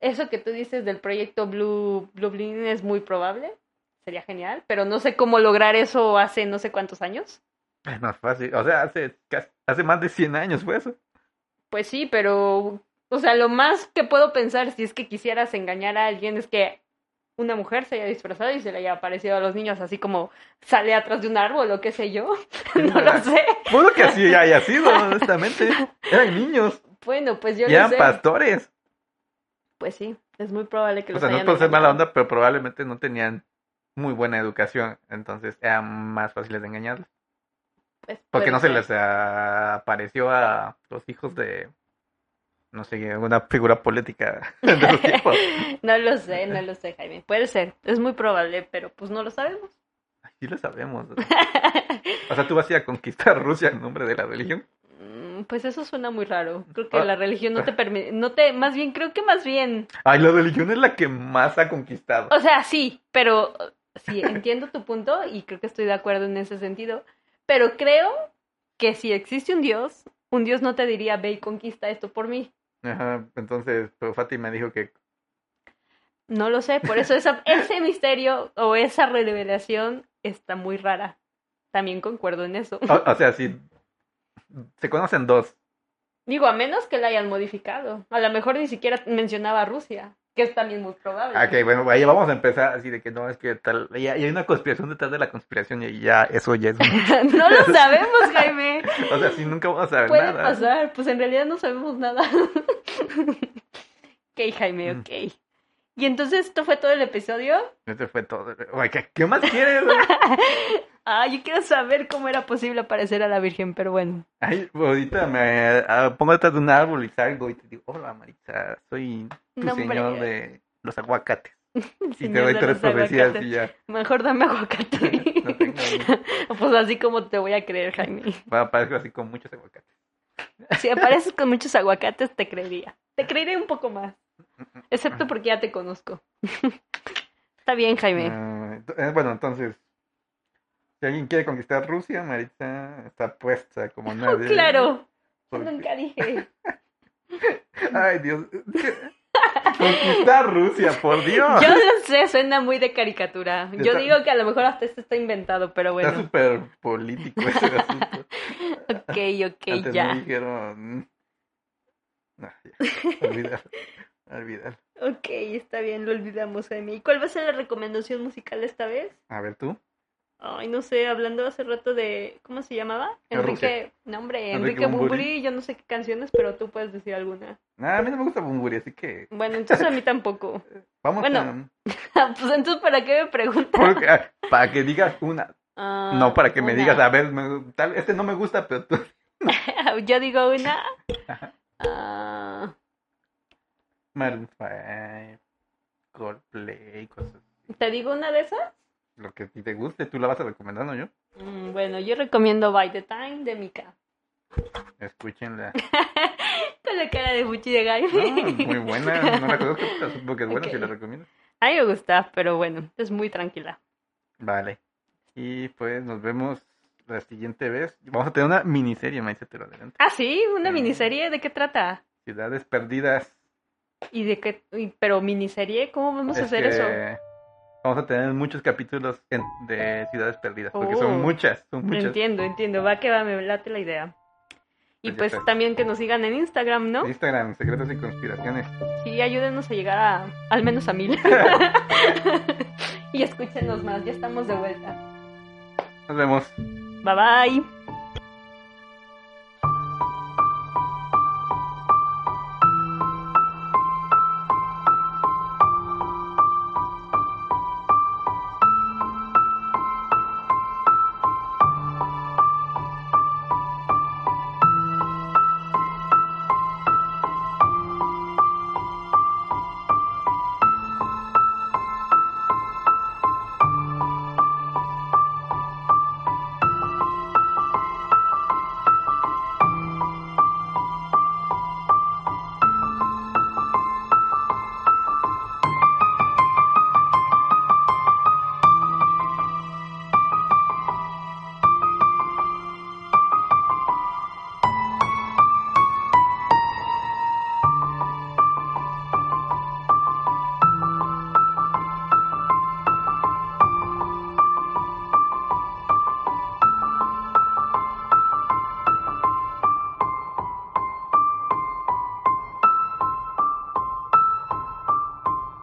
Speaker 2: Eso que tú dices del proyecto Blue Blue Blin es muy probable, sería genial, pero no sé cómo lograr eso hace no sé cuántos años.
Speaker 1: Es más fácil. O sea, hace, casi- hace más de 100 años fue eso.
Speaker 2: Pues sí, pero o sea, lo más que puedo pensar si es que quisieras engañar a alguien es que una mujer se haya disfrazado y se le haya aparecido a los niños así como sale atrás de un árbol o qué sé yo. no lo sé.
Speaker 1: Pudo que así haya sido, honestamente. Eran niños
Speaker 2: Bueno, pues yo
Speaker 1: y
Speaker 2: lo
Speaker 1: eran
Speaker 2: sé.
Speaker 1: pastores.
Speaker 2: Pues sí, es muy probable que
Speaker 1: O
Speaker 2: los
Speaker 1: sea, no
Speaker 2: hayan
Speaker 1: es por ser mala
Speaker 2: engañado.
Speaker 1: onda, pero probablemente no tenían muy buena educación. Entonces era más fácil de engañarlos.
Speaker 2: Pues
Speaker 1: Porque
Speaker 2: puede
Speaker 1: no se
Speaker 2: ser.
Speaker 1: les ah, apareció a los hijos de, no sé, alguna figura política de los tiempos.
Speaker 2: No lo sé, no lo sé, Jaime. Puede ser, es muy probable, pero pues no lo sabemos.
Speaker 1: Sí lo sabemos. ¿no? O sea, tú vas a ir a conquistar Rusia en nombre de la religión.
Speaker 2: Mm, Pues eso suena muy raro. Creo que
Speaker 1: Ah.
Speaker 2: la religión no te permite, no te, más bien, creo que más bien,
Speaker 1: Ay, la religión es la que más ha conquistado.
Speaker 2: o sea, sí, pero eh, sí, entiendo tu punto y creo que estoy de acuerdo en ese sentido, pero creo que si existe un Dios, un Dios no te diría, ve y conquista esto por mí.
Speaker 1: Ajá, entonces, pues Fátima dijo que...
Speaker 2: No lo sé, por eso esa- ese misterio o esa revelación está muy rara. También concuerdo en eso.
Speaker 1: O, o sea, sí, se conocen dos.
Speaker 2: Digo, a menos que la hayan modificado. A lo mejor ni siquiera mencionaba a Rusia, que es también muy probable.
Speaker 1: Ah, Ok, bueno, ahí vamos a empezar así de que no, es que tal... Y hay una conspiración detrás de la conspiración y ya eso ya es...
Speaker 2: no lo sabemos, Jaime.
Speaker 1: O sea, sí, nunca vamos a saber
Speaker 2: Puede
Speaker 1: nada.
Speaker 2: pasar, pues en realidad no sabemos nada. ok, Jaime,
Speaker 1: Mm.
Speaker 2: ok. Y entonces esto fue todo el episodio.
Speaker 1: Este fue todo. Oye, ¿qué, qué más quieres?
Speaker 2: Ah, yo quiero saber cómo era posible aparecer a la Virgen, pero bueno.
Speaker 1: Ay, ahorita me ah, pongo detrás de un árbol y salgo y te digo, hola Maritza, soy tu
Speaker 2: No, hombre.
Speaker 1: señor de los aguacates.
Speaker 2: el
Speaker 1: Y te
Speaker 2: señor
Speaker 1: doy
Speaker 2: de
Speaker 1: tres
Speaker 2: los
Speaker 1: profecías
Speaker 2: aguacates.
Speaker 1: y ya.
Speaker 2: Mejor dame aguacate.
Speaker 1: No tengo ni-
Speaker 2: Pues así como te voy a creer, Jaime.
Speaker 1: Bueno, aparezco así con muchos aguacates.
Speaker 2: Si apareces con muchos aguacates, te creería. Te creeré un poco más. Excepto porque ya te conozco. Está bien, Jaime.
Speaker 1: Ah, ent- eh, bueno, entonces, si alguien quiere conquistar Rusia, Maritza está puesta como nadie.
Speaker 2: Claro. Yo
Speaker 1: Porque-
Speaker 2: nunca dije.
Speaker 1: Ay, Dios. Conquistar Rusia, por Dios.
Speaker 2: Yo lo sé, suena muy de caricatura. Yo
Speaker 1: Ah. Está-
Speaker 2: digo que a lo mejor hasta esto está inventado, pero
Speaker 1: Está
Speaker 2: bueno.
Speaker 1: súper político ese asunto.
Speaker 2: Ok, ok,
Speaker 1: Antes me
Speaker 2: ya.
Speaker 1: dijeron. mm, No, ya. Olvídalo. Olvídalo.
Speaker 2: Ok, está bien, lo olvidamos, Emi. ¿Y cuál va a ser la recomendación musical esta vez?
Speaker 1: A ver tú.
Speaker 2: Ay, no sé, hablando hace rato de. ¿Cómo se llamaba?
Speaker 1: De Rusia.
Speaker 2: Enrique. No, hombre,
Speaker 1: Enrique
Speaker 2: Enrique
Speaker 1: Bunbury.
Speaker 2: Bunbury. Yo no sé qué canciones, pero tú puedes decir alguna.
Speaker 1: Nah, a mí no me gusta Bumburi, así que
Speaker 2: Bueno, entonces a mí tampoco.
Speaker 1: vamos
Speaker 2: Bueno,
Speaker 1: a-
Speaker 2: pues entonces, ¿para qué me preguntas?
Speaker 1: porque- ah, para que digas una,
Speaker 2: Ah,
Speaker 1: no para que me
Speaker 2: una.
Speaker 1: digas, a ver, me- tal, este no me gusta, pero tú.
Speaker 2: Yo digo una. Ah,
Speaker 1: Maroon 5, eh, Coldplay, cosas.
Speaker 2: ¿Te digo una de esas?
Speaker 1: Lo que a ti te guste, tú la vas a recomendar, ¿no? Yo.
Speaker 2: Mm, Bueno, yo recomiendo By the Time de Mika.
Speaker 1: Escúchenla.
Speaker 2: Con la cara de Fuchi de Guy.
Speaker 1: No, es Ah, muy buena, no la conozco, pero supongo que es buena
Speaker 2: Ok.
Speaker 1: si la recomiendo.
Speaker 2: A mí me gusta, pero bueno, es muy tranquila.
Speaker 1: Vale. Y pues nos vemos la siguiente vez. Vamos a tener una miniserie, Maíz, te lo adelanto.
Speaker 2: Ah, sí, una
Speaker 1: Sí.
Speaker 2: miniserie, ¿de qué trata?
Speaker 1: Ciudades perdidas.
Speaker 2: ¿Y de qué? y- pero miniserie, ¿cómo vamos a
Speaker 1: Es
Speaker 2: hacer eso?
Speaker 1: que Vamos a tener muchos capítulos en- de Ciudades Perdidas, porque
Speaker 2: Oh.
Speaker 1: son muchas, son muchas.
Speaker 2: Entiendo, entiendo, va que va, me late la idea.
Speaker 1: Pues
Speaker 2: Y
Speaker 1: ya
Speaker 2: pues
Speaker 1: está.
Speaker 2: también que nos sigan en Instagram, ¿no?
Speaker 1: Instagram, Secretos y Conspiraciones.
Speaker 2: Sí, ayúdenos a llegar a al menos a mil. y escúchenos más, ya estamos de vuelta.
Speaker 1: Nos vemos.
Speaker 2: Bye bye.